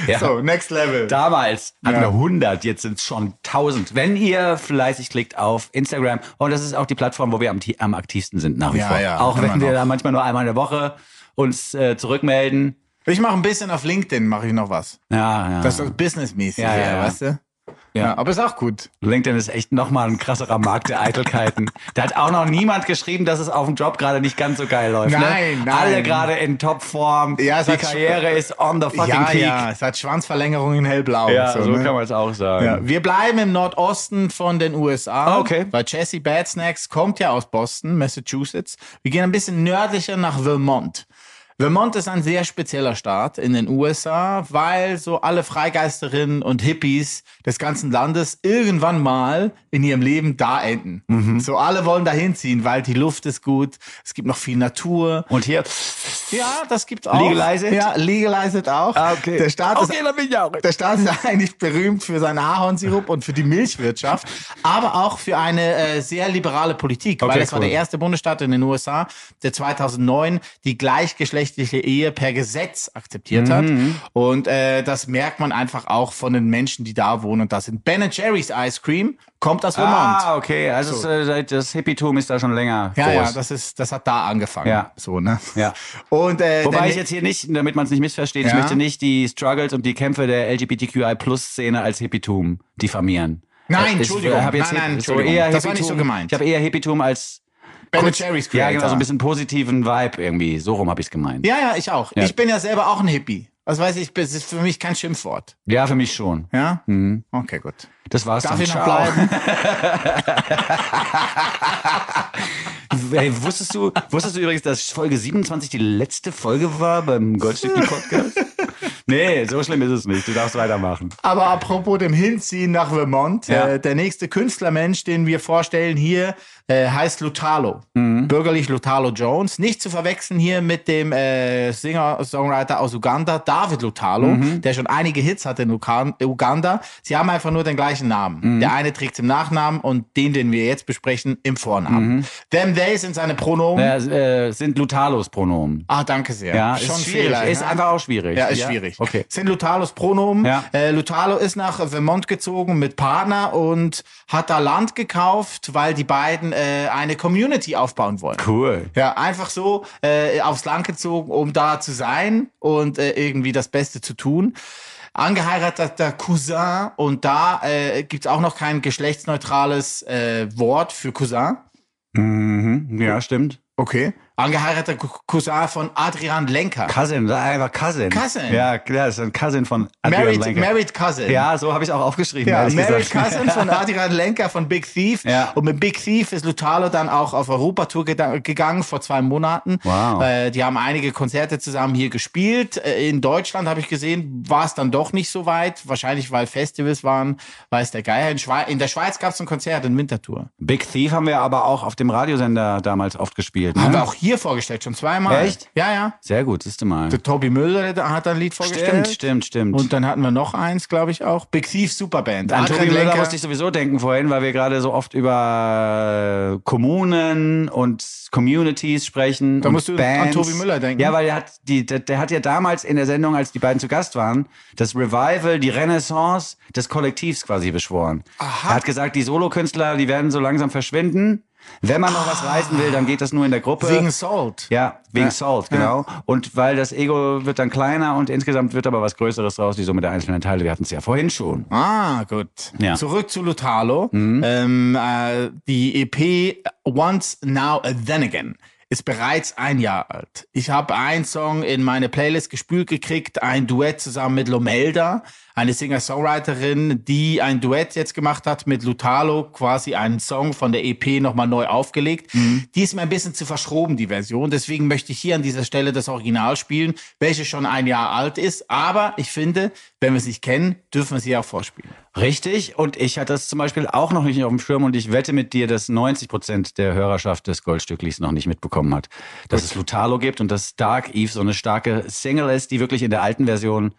ja.
So, next level.
Damals hatten
Ja.
wir 100, jetzt sind es schon 1000. Wenn ihr fleißig klickt auf Instagram, und das ist auch die Plattform, wo wir am, ti- am aktivsten sind nach wie
Ja,
vor.
ja,
auch
immer
wenn wir
noch.
da manchmal nur einmal in der Woche uns äh, zurückmelden.
Ich mache ein bisschen auf LinkedIn, mache ich noch was.
Ja, ja.
Das ist doch businessmäßig,
Ja,
ja,
ja, ja.
weißt du?
Ja.
aber ist auch gut.
LinkedIn ist echt nochmal ein krasserer Markt der Eitelkeiten. da hat auch noch niemand geschrieben, dass es auf dem Job gerade nicht ganz so geil läuft.
Nein,
ne?
nein.
Alle gerade in Topform.
Ja, es
die
hat-
Karriere ist on the fucking
ja,
peak.
ja, es hat Schwanzverlängerung in hellblau.
Ja,
und
so,
ne?
kann man es auch sagen.
Ja, wir bleiben im Nordosten von den USA.
Ah, okay.
Weil Jesse Bad Snacks kommt ja aus Boston, Massachusetts. Wir gehen ein bisschen nördlicher nach Vermont. Vermont ist ein sehr spezieller Staat in den USA, weil so alle Freigeisterinnen und Hippies des ganzen Landes irgendwann mal in ihrem Leben da enden.
Mhm.
So alle wollen da hinziehen, weil die Luft ist gut, es gibt noch viel Natur.
Und hier.
Ja, das gibt's auch.
Legalize it?
Ja, legalize it auch.
Ah, okay.
Der Staat ist
okay, dann bin ich auch.
der Staat ist [laughs] eigentlich berühmt für seinen Ahornsirup und für die Milchwirtschaft, aber auch für eine äh, sehr liberale Politik,
Okay,
weil es war
cool.
der erste Bundesstaat in den USA, der 2009 die gleichgeschlechtliche Ehe per Gesetz akzeptiert hat.
Mhm.
Und äh, das merkt man einfach auch von den Menschen, die da wohnen und da sind. Ben Jerry's Ice Cream kommt aus Vermont.
Ah, okay. Also es, äh, das Hippietum ist da schon länger
ja,
groß.
ja, das ist, das hat da angefangen.
Ja.
So, ne?
Ja.
Und äh,
Wobei
der-
ich jetzt hier nicht, damit man es nicht missversteht, ich
Ja.
möchte nicht die Struggles und die Kämpfe der LGBTQI-Plus-Szene als Hippietum diffamieren.
Nein,
Ich,
Entschuldigung.
äh, hab jetzt
Nein, nein,
Hi- so
Entschuldigung.
Eher
Das war nicht
Hippietum-
so gemeint.
Ich habe eher Hippietum als
Ben
kurz-
Jerry's
Ja, genau,
Creator.
so ein bisschen positiven Vibe irgendwie. So rum habe ich es gemeint.
Ja, ja, ich auch.
Ja.
Ich bin ja selber auch ein Hippie. Also weiß ich, das ist für mich kein Schimpfwort.
Ja, für mich schon.
Ja? Okay, gut.
Das war's
Darf
dann.
ich noch
Ciao.
bleiben?
[laughs] Ey, wusstest du, wusstest du übrigens, dass Folge 27 die letzte Folge war beim Goldstückli-Podcast?
[laughs]
nee, so schlimm ist es nicht. Du darfst weitermachen.
Aber apropos dem Hinziehen nach Vermont,
Ja.
äh, der nächste Künstlermensch, den wir vorstellen hier, äh, heißt Lutalo.
Mhm.
Bürgerlich Lutalo Jones. Nicht zu verwechseln hier mit dem äh, Singer-Songwriter aus Uganda, David Lutalo,
Mhm.
der schon einige Hits hatte in Ukan Uganda. Sie haben einfach nur den gleichen
Mhm.
Namen. Der eine trägt im Nachnamen und den, den wir jetzt besprechen, im Vornamen. Them, they sind seine Pronomen.
Mhm. Ja, äh, sind Lutalos Pronomen.
Ah, danke sehr.
Ja, ist schwierig.
Fehler,
ist
ne?
einfach auch schwierig.
Ja, ist schwierig.
Okay.
Sind Lutalos Pronomen.
Ja.
Äh, Lutalo ist nach Vermont gezogen mit Partner und hat da Land gekauft, weil die beiden äh, eine Community aufbauen wollen.
Cool.
Ja, einfach so äh, aufs Land gezogen, um da zu sein und äh, irgendwie das Beste zu tun. angeheirateter Cousin und da äh, gibt's auch noch kein geschlechtsneutrales äh, Wort für Cousin.
Mhm. Ja, stimmt.
Okay. Angeheirateter Cou- Cousin von Adrian Lenker.
Cousin, sag einfach Cousin.
Cousin.
Ja, klar, ist ein Cousin von Adrian
married,
Lenker.
married Cousin.
Ja, so habe ich auch aufgeschrieben.
Ja,
ehrlich
Married
gesagt.
Cousin von Adrian Lenker von Big Thief.
Ja.
Und mit Big Thief ist Lutalo dann auch auf Europatour geda- gegangen vor zwei Monaten.
Wow.
Äh, die haben einige Konzerte zusammen hier gespielt. Äh, in Deutschland habe ich gesehen, war es dann doch nicht so weit. Wahrscheinlich, weil Festivals waren, weiß der Geier. In, Schwe in der Schweiz gab es ein Konzert in Winterthur.
[laughs] Big Thief haben wir aber auch auf dem Radiosender damals oft gespielt. Ne?
Haben wir auch hier vorgestellt, schon zweimal.
Echt?
Ja, ja.
Sehr gut, siehst du mal.
Der Tobi Müller der hat ein Lied vorgestellt.
Stimmt, stimmt, stimmt.
Und dann hatten wir noch eins, glaube ich, auch. Big Thief Superband.
An Tobi
Adrian
Müller
Lenker.
musste ich sowieso denken vorhin, weil wir gerade so oft über äh, Kommunen und Communities sprechen.
Da
und
musst du an
Bands.
Tobi Müller denken.
Ja, weil er hat die, der, der hat ja damals in der Sendung, als die beiden zu Gast waren, das Revival, die Renaissance des Kollektivs quasi beschworen.
Aha.
Er hat gesagt, die Solokünstler, die werden so langsam verschwinden. Wenn man noch was reißen will, dann geht das nur in der Gruppe.
Ah. Wegen Salt.
Ja, wegen Salt, genau. Und weil das Ego wird dann kleiner und insgesamt wird aber was Größeres draus, die Summe der einzelnen Teile. Wir hatten es ja vorhin schon.
Ah, gut.
Ja.
Zurück zu Lutalo. Ähm, äh, die EP Once, Now, Then Again ist bereits ein Jahr alt. Ich habe einen Song in meine Playlist gespült gekriegt, ein Duett zusammen mit Lomelda, eine Singer-Songwriterin, die ein Duett jetzt gemacht hat mit Lutalo, quasi einen Song von der EP nochmal neu aufgelegt. Die ist mir ein bisschen zu verschroben, die Version. Deswegen möchte ich hier an dieser Stelle das Original spielen, welches schon ein Jahr alt ist. Aber ich finde, wenn wir es nicht kennen, dürfen wir sie auch vorspielen.
Richtig. Und ich hatte das zum Beispiel auch noch nicht auf dem Schirm und ich wette mit dir, dass 90 Prozent der Hörerschaft des Goldstücklis noch nicht mitbekommen hat, dass es Lutalo gibt und dass Dark Eve so eine starke Single ist, die wirklich in der alten Version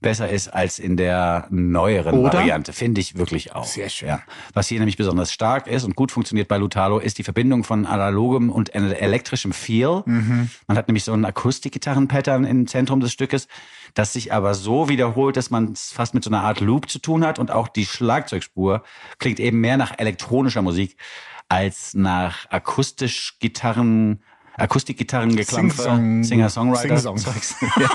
besser ist als in der neueren
Oder?
Variante. Finde ich wirklich auch.
Sehr schön.
Genau. Ja. Was hier nämlich besonders stark ist und gut funktioniert bei Lutalo, ist die Verbindung von analogem und en- elektrischem Feel.
Mhm.
Man hat nämlich so einen Akustikgitarren-Pattern im Zentrum des Stückes, das sich aber so wiederholt, dass man es fast mit so einer Art Loop zu tun hat und auch die Schlagzeugspur klingt eben mehr nach elektronischer Musik als nach akustisch Gitarren, Akustikgitarren geklampfe,
Sing-Song.
Singer-Songwriter.
Sing-Song.
[laughs] Ja,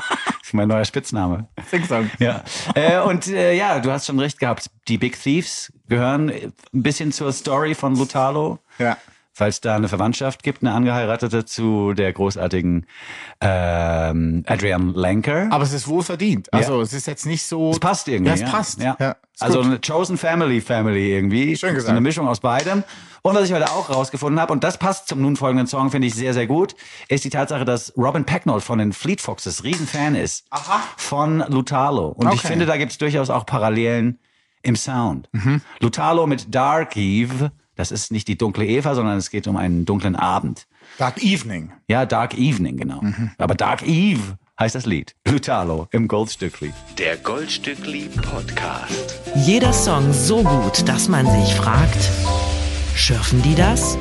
ist mein neuer Spitzname.
Sing-Song.
Ja. Äh, und äh, ja, du hast schon recht gehabt. Die Big Thieves gehören äh, ein bisschen zur Story von Lutalo.
Ja.
Falls da eine Verwandtschaft gibt, eine angeheiratete zu der großartigen ähm, Adrian Lanker.
Aber es ist wohl verdient. Also es ist jetzt nicht so.
Es passt irgendwie.
Ja, es
ja.
passt.
Ja.
Ja, ist
also
gut.
eine Chosen Family Family irgendwie.
Schön gesagt.
So eine Mischung aus beidem. Und was ich heute auch rausgefunden habe, und das passt zum nun folgenden Song, finde ich sehr, sehr gut, ist die Tatsache, dass Robin Pecknold von den Fleet Foxes Riesenfan ist.
Aha.
Von Lutalo. Und ich
Okay.
finde, da gibt es durchaus auch Parallelen im Sound.
Mhm.
Lutalo mit Dark Eve, das ist nicht die dunkle Eva, sondern es geht um einen dunklen Abend.
Dark Evening.
Ja, Dark Evening, genau.
Mhm.
Aber Dark Eve heißt das Lied. Lutalo im Goldstücklied.
Der Goldstückli Podcast.
Jeder Song so gut, dass man sich fragt, schürfen die das?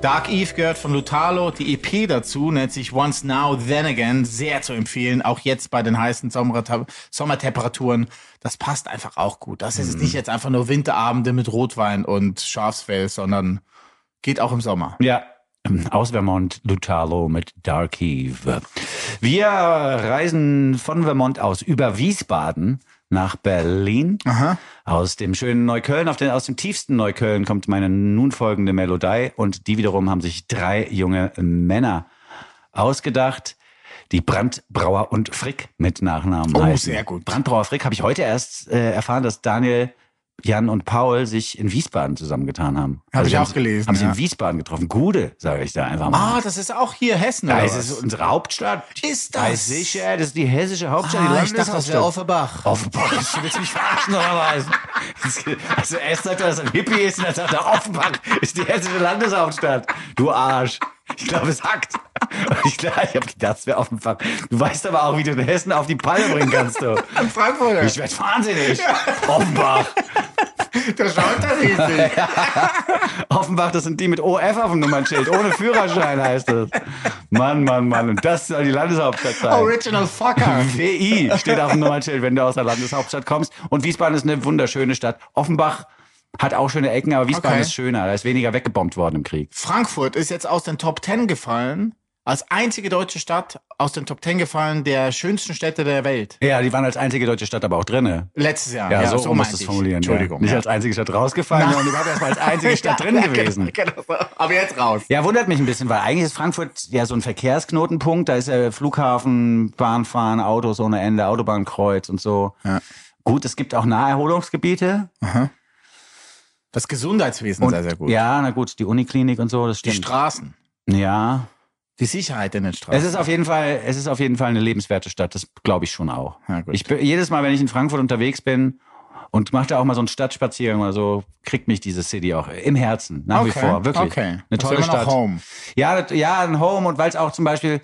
Dark Eve gehört von Lutalo. Die EP dazu nennt sich Once Now, Then Again. Sehr zu empfehlen. Auch jetzt bei den heißen Sommerta- Sommertemperaturen. Das passt einfach auch gut. Das
Mhm.
ist nicht jetzt einfach nur Winterabende mit Rotwein und Schafsfell, sondern geht auch im Sommer.
Ja. Aus Vermont, Lutalo mit Dark Eve. Wir reisen von Vermont aus über Wiesbaden nach Berlin. Aus dem schönen Neukölln, auf den, aus dem tiefsten Neukölln kommt meine nun folgende Melodie und die wiederum haben sich drei junge Männer ausgedacht, die Brandbrauer und Frick mit Nachnamen
Oh,
heißen.
sehr gut.
Brandbrauer Frick habe ich heute erst äh, erfahren, dass Daniel, Jan und Paul sich in Wiesbaden zusammengetan haben.
Habe ich
sie
auch
haben sich-
gelesen,
Haben sie
ja.
in Wiesbaden getroffen. Gude, sage ich da einfach mal.
Ah, das ist auch hier Hessen,
da
oder
ist es
was?
unsere Hauptstadt.
Ist
Da
das?
ist sicher, das ist die hessische Hauptstadt, die
Ah, ich dachte, das
Landeshauptstadt.
wäre Offenbach.
Offenbach,
[laughs]
du willst mich verarschen oder was? [laughs] Also erst sagt er, dass er ein Hippie ist und dann sagt er, Offenbach ist die hessische Landeshauptstadt. Du Arsch. Ich glaube, es hackt. Und ich klar, ich habe gedacht, es wäre Offenbach. Du weißt aber auch, wie du den Hessen auf die Palme bringen kannst, du.
Frankfurter.
Ich werd wahnsinnig. Offenbach.
Da schaut das
[laughs]
nicht.
Offenbach, das sind die mit OF auf dem Nummernschild. Ohne Führerschein heißt das. Mann, Mann, Mann. Und das soll die Landeshauptstadt sein.
Original Fucker.
WI steht auf dem Nummernschild, wenn du aus der Landeshauptstadt kommst. Und Wiesbaden ist eine wunderschöne Stadt. Offenbach hat auch schöne Ecken, aber Wiesbaden
Okay.
ist schöner. Da ist weniger weggebombt worden im Krieg.
Frankfurt ist jetzt aus den Top Ten gefallen, als einzige deutsche Stadt aus den Top Ten gefallen der schönsten Städte der Welt.
Ja, die waren als einzige deutsche Stadt aber auch drinne.
Letztes Jahr.
Ja, so, musst
meinte
du es
ich.
formulieren.
Entschuldigung.
Ja. Nicht
ja.
als einzige Stadt rausgefallen, sondern überhaupt erstmal als einzige Stadt [laughs] drin gewesen.
Genau so. Aber jetzt raus.
Ja, wundert mich ein bisschen, weil eigentlich ist Frankfurt ja so ein Verkehrsknotenpunkt. Da ist ja Flughafen, Bahnfahren, Autos ohne Ende, Autobahnkreuz und so.
Ja.
Gut, es gibt auch Naherholungsgebiete.
Das Gesundheitswesen
Und-
ist sehr, sehr gut.
Ja, na gut, die Uniklinik und so, das
Die
stimmt.
Straßen.
ja.
Die Sicherheit in den
Es
Straßen.
ist auf jeden Fall, es ist auf jeden Fall eine lebenswerte Stadt, das glaube ich schon auch.
Ja, gut.
ich bin, jedes Mal, wenn ich in Frankfurt unterwegs bin und mache da auch mal so einen Stadtspaziergang oder so, kriegt mich diese City auch im Herzen nach wie
Okay,
vor, wirklich.
okay.
Eine
Also
tolle
immer noch
Stadt.
Home.
Ja, das, ja, ein Home und weil es auch zum Beispiel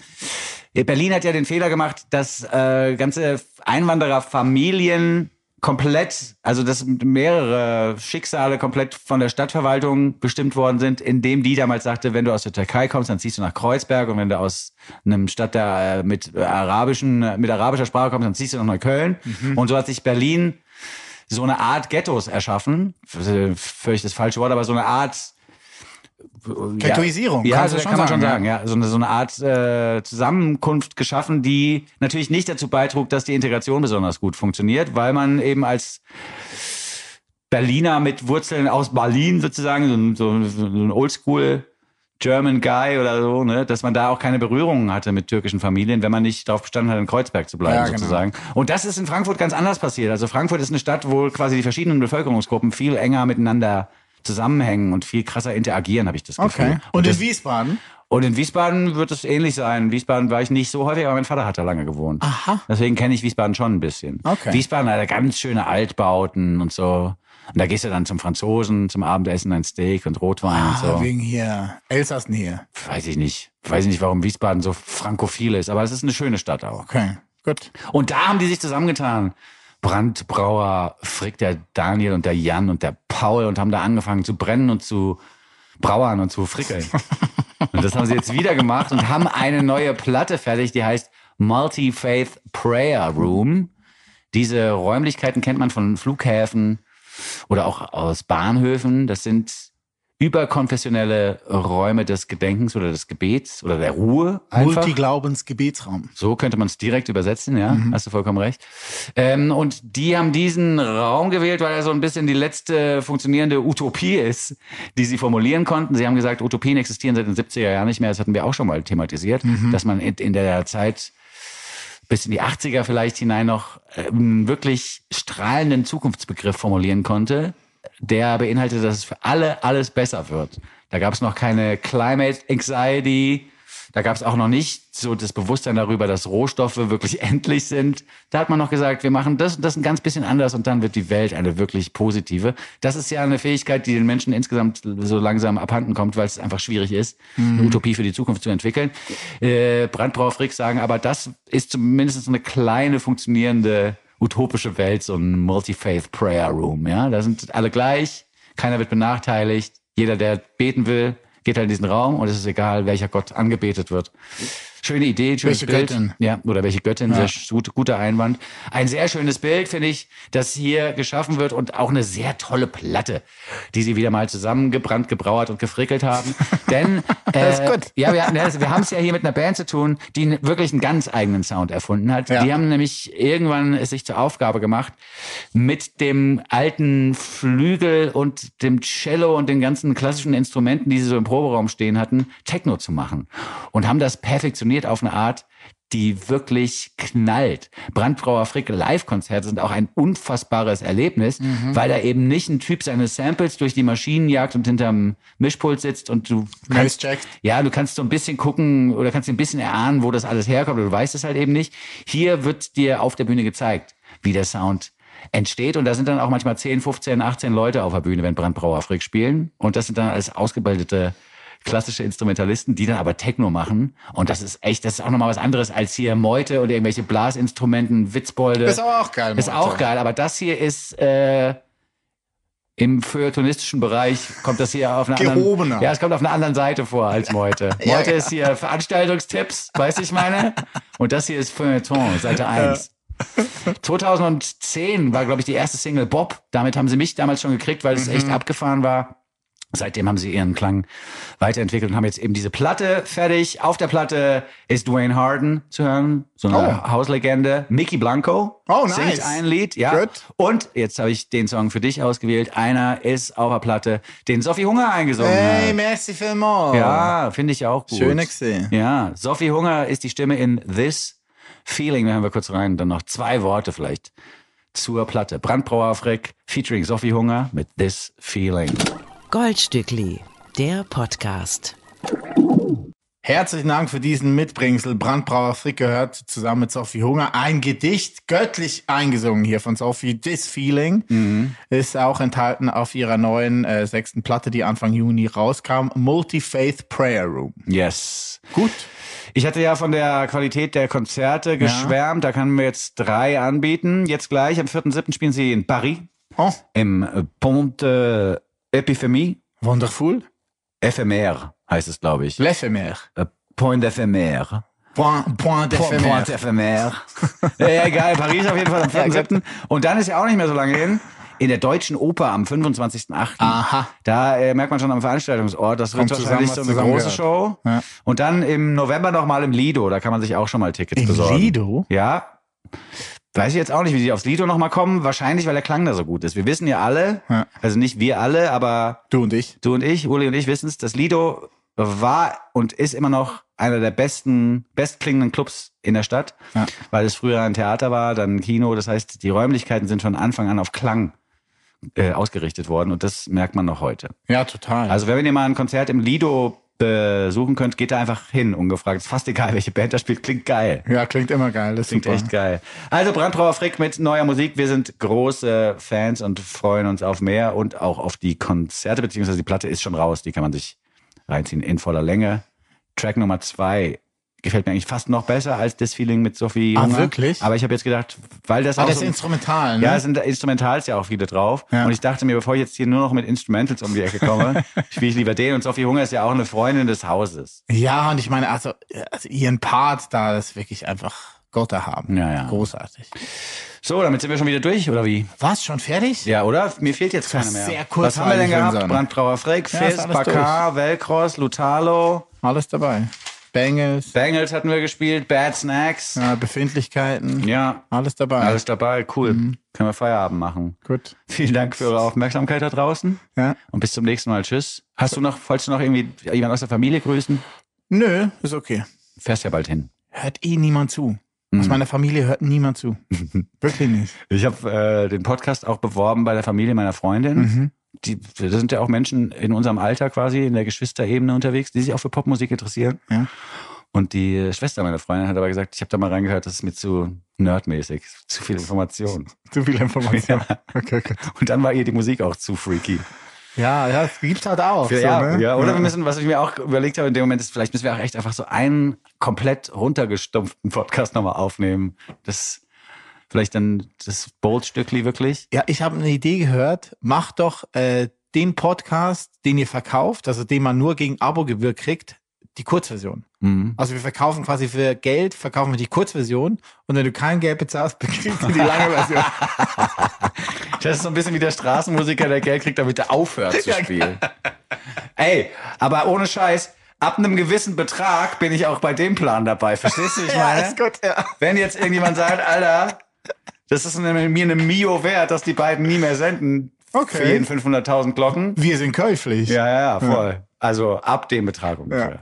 Berlin hat ja den Fehler gemacht, dass äh, ganze Einwandererfamilien komplett, also dass mehrere Schicksale komplett von der Stadtverwaltung bestimmt worden sind, indem die damals sagte, wenn du aus der Türkei kommst, dann ziehst du nach Kreuzberg und wenn du aus einem Stadt der, äh, mit arabischen, äh, mit arabischer Sprache kommst, dann ziehst du nach Neukölln. Und so hat sich Berlin so eine Art Ghettos erschaffen. F- Völlig das falsche Wort, aber so eine Art
Ghettoisierung,
ja,
kannst du
also kann
schon
man schon sagen.
sagen,
Ja, so eine, so eine Art äh, Zusammenkunft geschaffen, die natürlich nicht dazu beitrug, dass die Integration besonders gut funktioniert, weil man eben als Berliner mit Wurzeln aus Berlin sozusagen, so, ein- so, ein- so ein Oldschool German Guy oder so, ne, dass man da auch keine Berührungen hatte mit türkischen Familien, wenn man nicht darauf bestanden hat, in Kreuzberg zu bleiben
Ja, genau.
sozusagen. Und das ist in Frankfurt ganz anders passiert. Also Frankfurt ist eine Stadt, wo quasi die verschiedenen Bevölkerungsgruppen viel enger miteinander zusammenhängen und viel krasser interagieren, habe ich das Gefühl.
ne? Okay. Und in Wiesbaden?
Und in Wiesbaden wird es ähnlich sein. In Wiesbaden war ich nicht so häufig, aber mein Vater hat da lange gewohnt. Aha. Deswegen kenne ich Wiesbaden schon ein bisschen.
Okay.
Wiesbaden hat da ganz schöne Altbauten und so. Und da gehst du dann zum Franzosen, zum Abendessen ein Steak und Rotwein und so.
Ah, wegen hier. Elsassen hier.
Weiß ich nicht. Weiß ich nicht, warum Wiesbaden so frankophil ist, aber es ist eine schöne Stadt auch.
Okay, gut.
Und da haben die sich zusammengetan. Brandbrauer Frick, der Daniel und der Jan und der Paul und haben da angefangen zu brennen und zu brauern und zu frickeln. und das haben sie jetzt wieder gemacht und haben eine neue Platte fertig, die heißt Multi-Faith Prayer Room. Diese Räumlichkeiten kennt man von Flughäfen oder auch aus Bahnhöfen. Das sind überkonfessionelle Räume des Gedenkens oder des Gebets oder der Ruhe einfach.
Multiglaubensgebetsraum.
So könnte man es direkt übersetzen, ja, hast du vollkommen recht. Ähm, und die haben diesen Raum gewählt, weil er so ein bisschen die letzte funktionierende Utopie ist, die sie formulieren konnten. Sie haben gesagt, Utopien existieren seit den 70er Jahren nicht mehr. Das hatten wir auch schon mal thematisiert, dass man in, in der Zeit bis in die 80er vielleicht hinein noch äh, einen wirklich strahlenden Zukunftsbegriff formulieren konnte, der beinhaltete, dass es für alle alles besser wird. Da gab es noch keine Climate Anxiety, da gab es auch noch nicht so das Bewusstsein darüber, dass Rohstoffe wirklich [laughs] endlich sind. Da hat man noch gesagt, wir machen das und das ein ganz bisschen anders und dann wird die Welt eine wirklich positive. Das ist ja eine Fähigkeit, die den Menschen insgesamt so langsam abhanden kommt, weil es einfach schwierig ist,
Mhm.
eine Utopie für die Zukunft zu entwickeln. Äh, Brandbrauer Frick sagen, aber das ist zumindest eine kleine funktionierende utopische Welt, so ein Multi-Faith Prayer Room. Ja, da sind alle gleich, keiner wird benachteiligt. Jeder, der beten will, geht halt in diesen Raum und es ist egal, welcher Gott angebetet wird. Schöne Idee, schönes
Welche
Bild.
Göttin?
Ja, oder welche Göttin, sehr sch- gut, guter Einwand. Ein sehr schönes Bild, finde ich, das hier geschaffen wird und auch eine sehr tolle Platte, die sie wieder mal zusammengebrannt, gebrauert und
[laughs]
gefrickelt haben. Denn
Das ist
äh,
gut.
ja, wir, hatten das- wir haben es ja hier mit einer Band zu tun, die n- wirklich einen ganz eigenen Sound erfunden hat.
Ja.
Die haben nämlich irgendwann es sich zur Aufgabe gemacht, mit dem alten Flügel und dem Cello und den ganzen klassischen Instrumenten, die sie so im Proberaum stehen hatten, Techno zu machen. Und haben das perfektioniert auf eine Art, die wirklich knallt. Brandbrauer Frick Live-Konzerte sind auch ein unfassbares Erlebnis, weil da eben nicht ein Typ seine Samples durch die Maschinen jagt und hinterm Mischpult sitzt und du
Nice checked.
ja, du kannst so ein bisschen gucken oder kannst ein bisschen erahnen, wo das alles herkommt, aber du weißt es halt eben nicht. Hier wird dir auf der Bühne gezeigt, wie der Sound entsteht und da sind dann auch manchmal 10, 15, 18 Leute auf der Bühne, wenn Brandbrauer Frick spielen und das sind dann alles ausgebildete klassische Instrumentalisten, die dann aber Techno machen und das ist echt, das ist auch nochmal was anderes als hier Meute oder irgendwelche Blasinstrumenten, Witzbolde.
Ist aber auch geil.
Ist
Leute.
auch geil, aber das hier ist äh, im feuilletonistischen Bereich kommt das hier auf einer
Gehobener.
anderen. Ja, es kommt auf einer anderen Seite vor als Meute.
[laughs]
Meute
Ja, ja.
ist hier Veranstaltungstipps, weißt du, ich meine? Und das hier ist Feuilleton, Seite 1.
Mhm.
2010 war, glaube ich, die erste Single Bob. Damit haben sie mich damals schon gekriegt, weil es echt abgefahren war. Seitdem haben sie ihren Klang weiterentwickelt und haben jetzt eben diese Platte fertig. Auf der Platte ist Dwayne Harden zu hören, so eine
Oh.
Hauslegende. Mickey Blanco
Oh, nice.
singt ein Lied. Ja.
Gut.
Und jetzt habe ich den Song für dich ausgewählt. Einer ist auf der Platte, den Sophie Hunger eingesungen
Hey,
hat.
merci vielmals.
Ja, finde ich auch gut.
Schöne gesehen.
Ja, Sophie Hunger ist die Stimme in This Feeling. Da hören wir kurz rein. Dann noch zwei Worte vielleicht zur Platte. Brandbrauer Frick featuring Sophie Hunger mit This Feeling.
Goldstückli, der Podcast.
Herzlichen Dank für diesen Mitbringsel. Brandbrauer Frick gehört zusammen mit Sophie Hunger. Ein Gedicht, göttlich eingesungen hier von Sophie. This Feeling ist auch enthalten auf ihrer neuen äh, sechsten Platte, die Anfang Juni rauskam. Multifaith Prayer Room.
Yes.
Gut.
Ich hatte ja von der Qualität der Konzerte geschwärmt. Da können wir jetzt drei anbieten. Jetzt gleich am 4.7. spielen sie in Paris
Oh,
im äh, Ponte Epiphemie.
wonderful.
Ephemer heißt es, glaube ich.
L'éphémère.
Äh, Point Ephemer.
Point, point
Point
d'éphémère.
Ephemer. ja, ja, geil. Paris auf jeden Fall am
Ja, gut.
4.7. Und dann ist ja auch nicht mehr so lange hin. In der Deutschen Oper am 25.8.
Aha.
Da äh, merkt man schon am Veranstaltungsort, das wird
Ah. Kommt
wahrscheinlich
zusammen, was
so eine große Show.
zusammengehört. Ja.
Und dann im November nochmal im Lido, da kann man sich auch schon mal Tickets besorgen.
Lido?
Ja. Weiß ich jetzt auch nicht, wie die aufs Lido nochmal kommen. Wahrscheinlich, weil der Klang da so gut ist. Wir wissen ja alle,
Ja.
also nicht wir alle, aber
Du und ich.
du und ich, Uli und ich wissen es, das Lido war und ist immer noch einer der besten, bestklingenden Clubs in der Stadt,
Ja.
weil es früher ein Theater war, dann ein Kino. Das heißt, die Räumlichkeiten sind von Anfang an auf Klang äh, ausgerichtet worden und das merkt man noch heute.
Ja, total.
Also wenn ihr mal ein Konzert im Lido besuchen könnt, geht da einfach hin, ungefragt. Ist fast egal, welche Band da spielt, klingt geil.
ja, klingt immer geil. Das
Klingt
super. Ah,
echt geil. Also Brandtrauer Frick mit neuer Musik. Wir sind große Fans und freuen uns auf mehr und auch auf die Konzerte, beziehungsweise die Platte ist schon raus. Die kann man sich reinziehen in voller Länge. Track Nummer zwei gefällt mir eigentlich fast noch besser als das Feeling mit Sophie
Ah,
Junger.
wirklich?
Aber ich habe jetzt gedacht, weil das
Ah,
auch
das
so-
ist instrumental, ne?
ja, es sind Instrumentals ja auch viele drauf.
Ja.
Und ich dachte mir, bevor ich jetzt hier nur noch mit Instrumentals um die Ecke
[laughs]
komme, spiele ich lieber den. Und Sophie Hunger ist ja auch eine Freundin des Hauses.
Ja, und ich meine, also, äh, also ihren Part da, das ist wirklich einfach Gott erhaben.
Ja, ja.
Großartig.
So, damit sind wir schon wieder durch, oder wie?
War's schon fertig?
Ja, oder? Mir fehlt jetzt
war
keiner mehr.
sehr kurz,
Was haben wir denn
Heinrich
gehabt?
Winsen.
Brandbrauer Freck,
Ja, ist
Fizz,
alles
Bakar, Velcros, Lutalo,
Alles dabei. Bangles,
Bengals hatten wir gespielt, Bad Snacks. Ja,
äh, Befindlichkeiten. Alles dabei.
alles dabei. Cool.
Mhm.
Können wir Feierabend machen.
gut.
Vielen Dank für eure Aufmerksamkeit da draußen.
Ja.
Und bis zum nächsten Mal. Tschüss. Hast du noch, wolltest du noch irgendwie jemand aus der Familie grüßen?
Nö, ist okay.
Fährst ja bald hin.
Hört eh niemand zu.
Mhm.
Aus meiner Familie hört niemand
[laughs]
zu. Wirklich nicht.
Ich habe äh, den Podcast auch beworben bei der Familie meiner Freundin.
Mhm.
Die, da sind ja auch Menschen in unserem Alter quasi, in der Geschwisterebene unterwegs, die sich auch für Popmusik interessieren.
Ja.
Und die äh, Schwester meiner Freundin hat aber gesagt, ich habe da mal reingehört, das ist mir zu nerdmäßig, zu viel Information.
Zu viel Information. [laughs] Okay, gut.
Und dann war ihr die Musik auch zu freaky.
Ja, ja, das gibt's halt auch. so,
ja,
ne?
ja, oder wir müssen, was ich mir auch überlegt habe in dem Moment, ist, vielleicht müssen wir auch echt einfach so einen komplett runtergestumpften Podcast nochmal aufnehmen. Das vielleicht dann das Bold-Stückli wirklich.
Ja, ich habe eine Idee gehört. Macht doch äh, den Podcast, den ihr verkauft, also den man nur gegen Abogebühr kriegt, die Kurzversion.
Mhm.
Also wir verkaufen quasi für Geld, verkaufen wir die Kurzversion und wenn du kein Geld bezahlst, [laughs] bekommst du die lange
[laughs]
Version.
Das ist so ein bisschen wie der Straßenmusiker, der Geld kriegt, damit er aufhört zu spielen. Ey, aber ohne Scheiß, ab einem gewissen Betrag bin ich auch bei dem Plan dabei. Verstehst du, [laughs] wie ich meine?
gut, ja.
Wenn jetzt irgendjemand sagt, Alter, das ist eine, mir eine Mio wert, dass die beiden nie mehr senden
Okay.
für jeden 500.000 Glocken.
Wir sind käuflich.
Ja, ja, ja, voll. Also ab dem Betrag [laughs] ungefähr.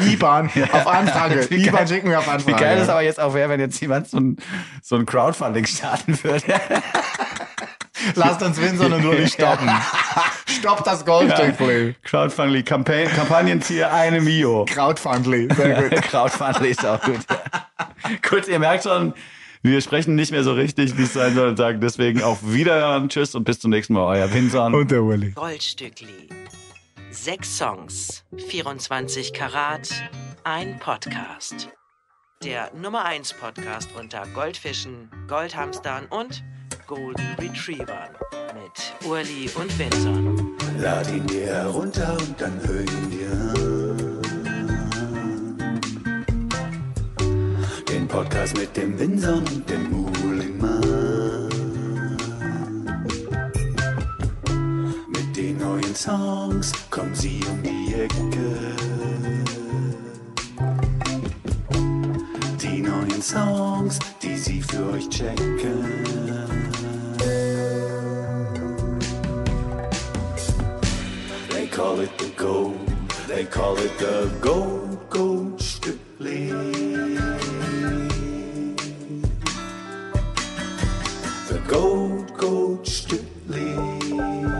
IBAN auf Anfrage.
Wie geil-
IBAN schicken wir auf Anfrage.
Wie geil das aber jetzt auch wäre, wenn jetzt jemand so ein, so ein Crowdfunding starten würde.
Lasst uns Winson und
[laughs]
Uli stoppen. Stoppt das Goldstück,
Crowdfunding, Kampagnen, Kampagnenziel, eine Mio.
Crowdfundly. Sehr gut.
[laughs] Crowdfunding ist auch gut. gut, ihr merkt schon, wir sprechen nicht mehr so richtig, wie es sein soll und sagen deswegen auf Wiederhören, tschüss und bis zum nächsten Mal, euer Vincent.
Und der Uli.
Goldstückli. Sechs Songs, 24 Karat, ein Podcast. Der Nummer 1 Podcast unter Goldfischen, Goldhamstern und Golden Retrievern mit Urli und Vincent.
Lad ihn dir herunter und dann hör ihn dir an. Den Podcast mit dem Winson und dem Muhlingmann. Mit den neuen
neuen Songs kommen sie um die Ecke. Die neuen Songs, die sie für euch checken. They call it the gold, they call it the gold, gold The gold, gold Stückli.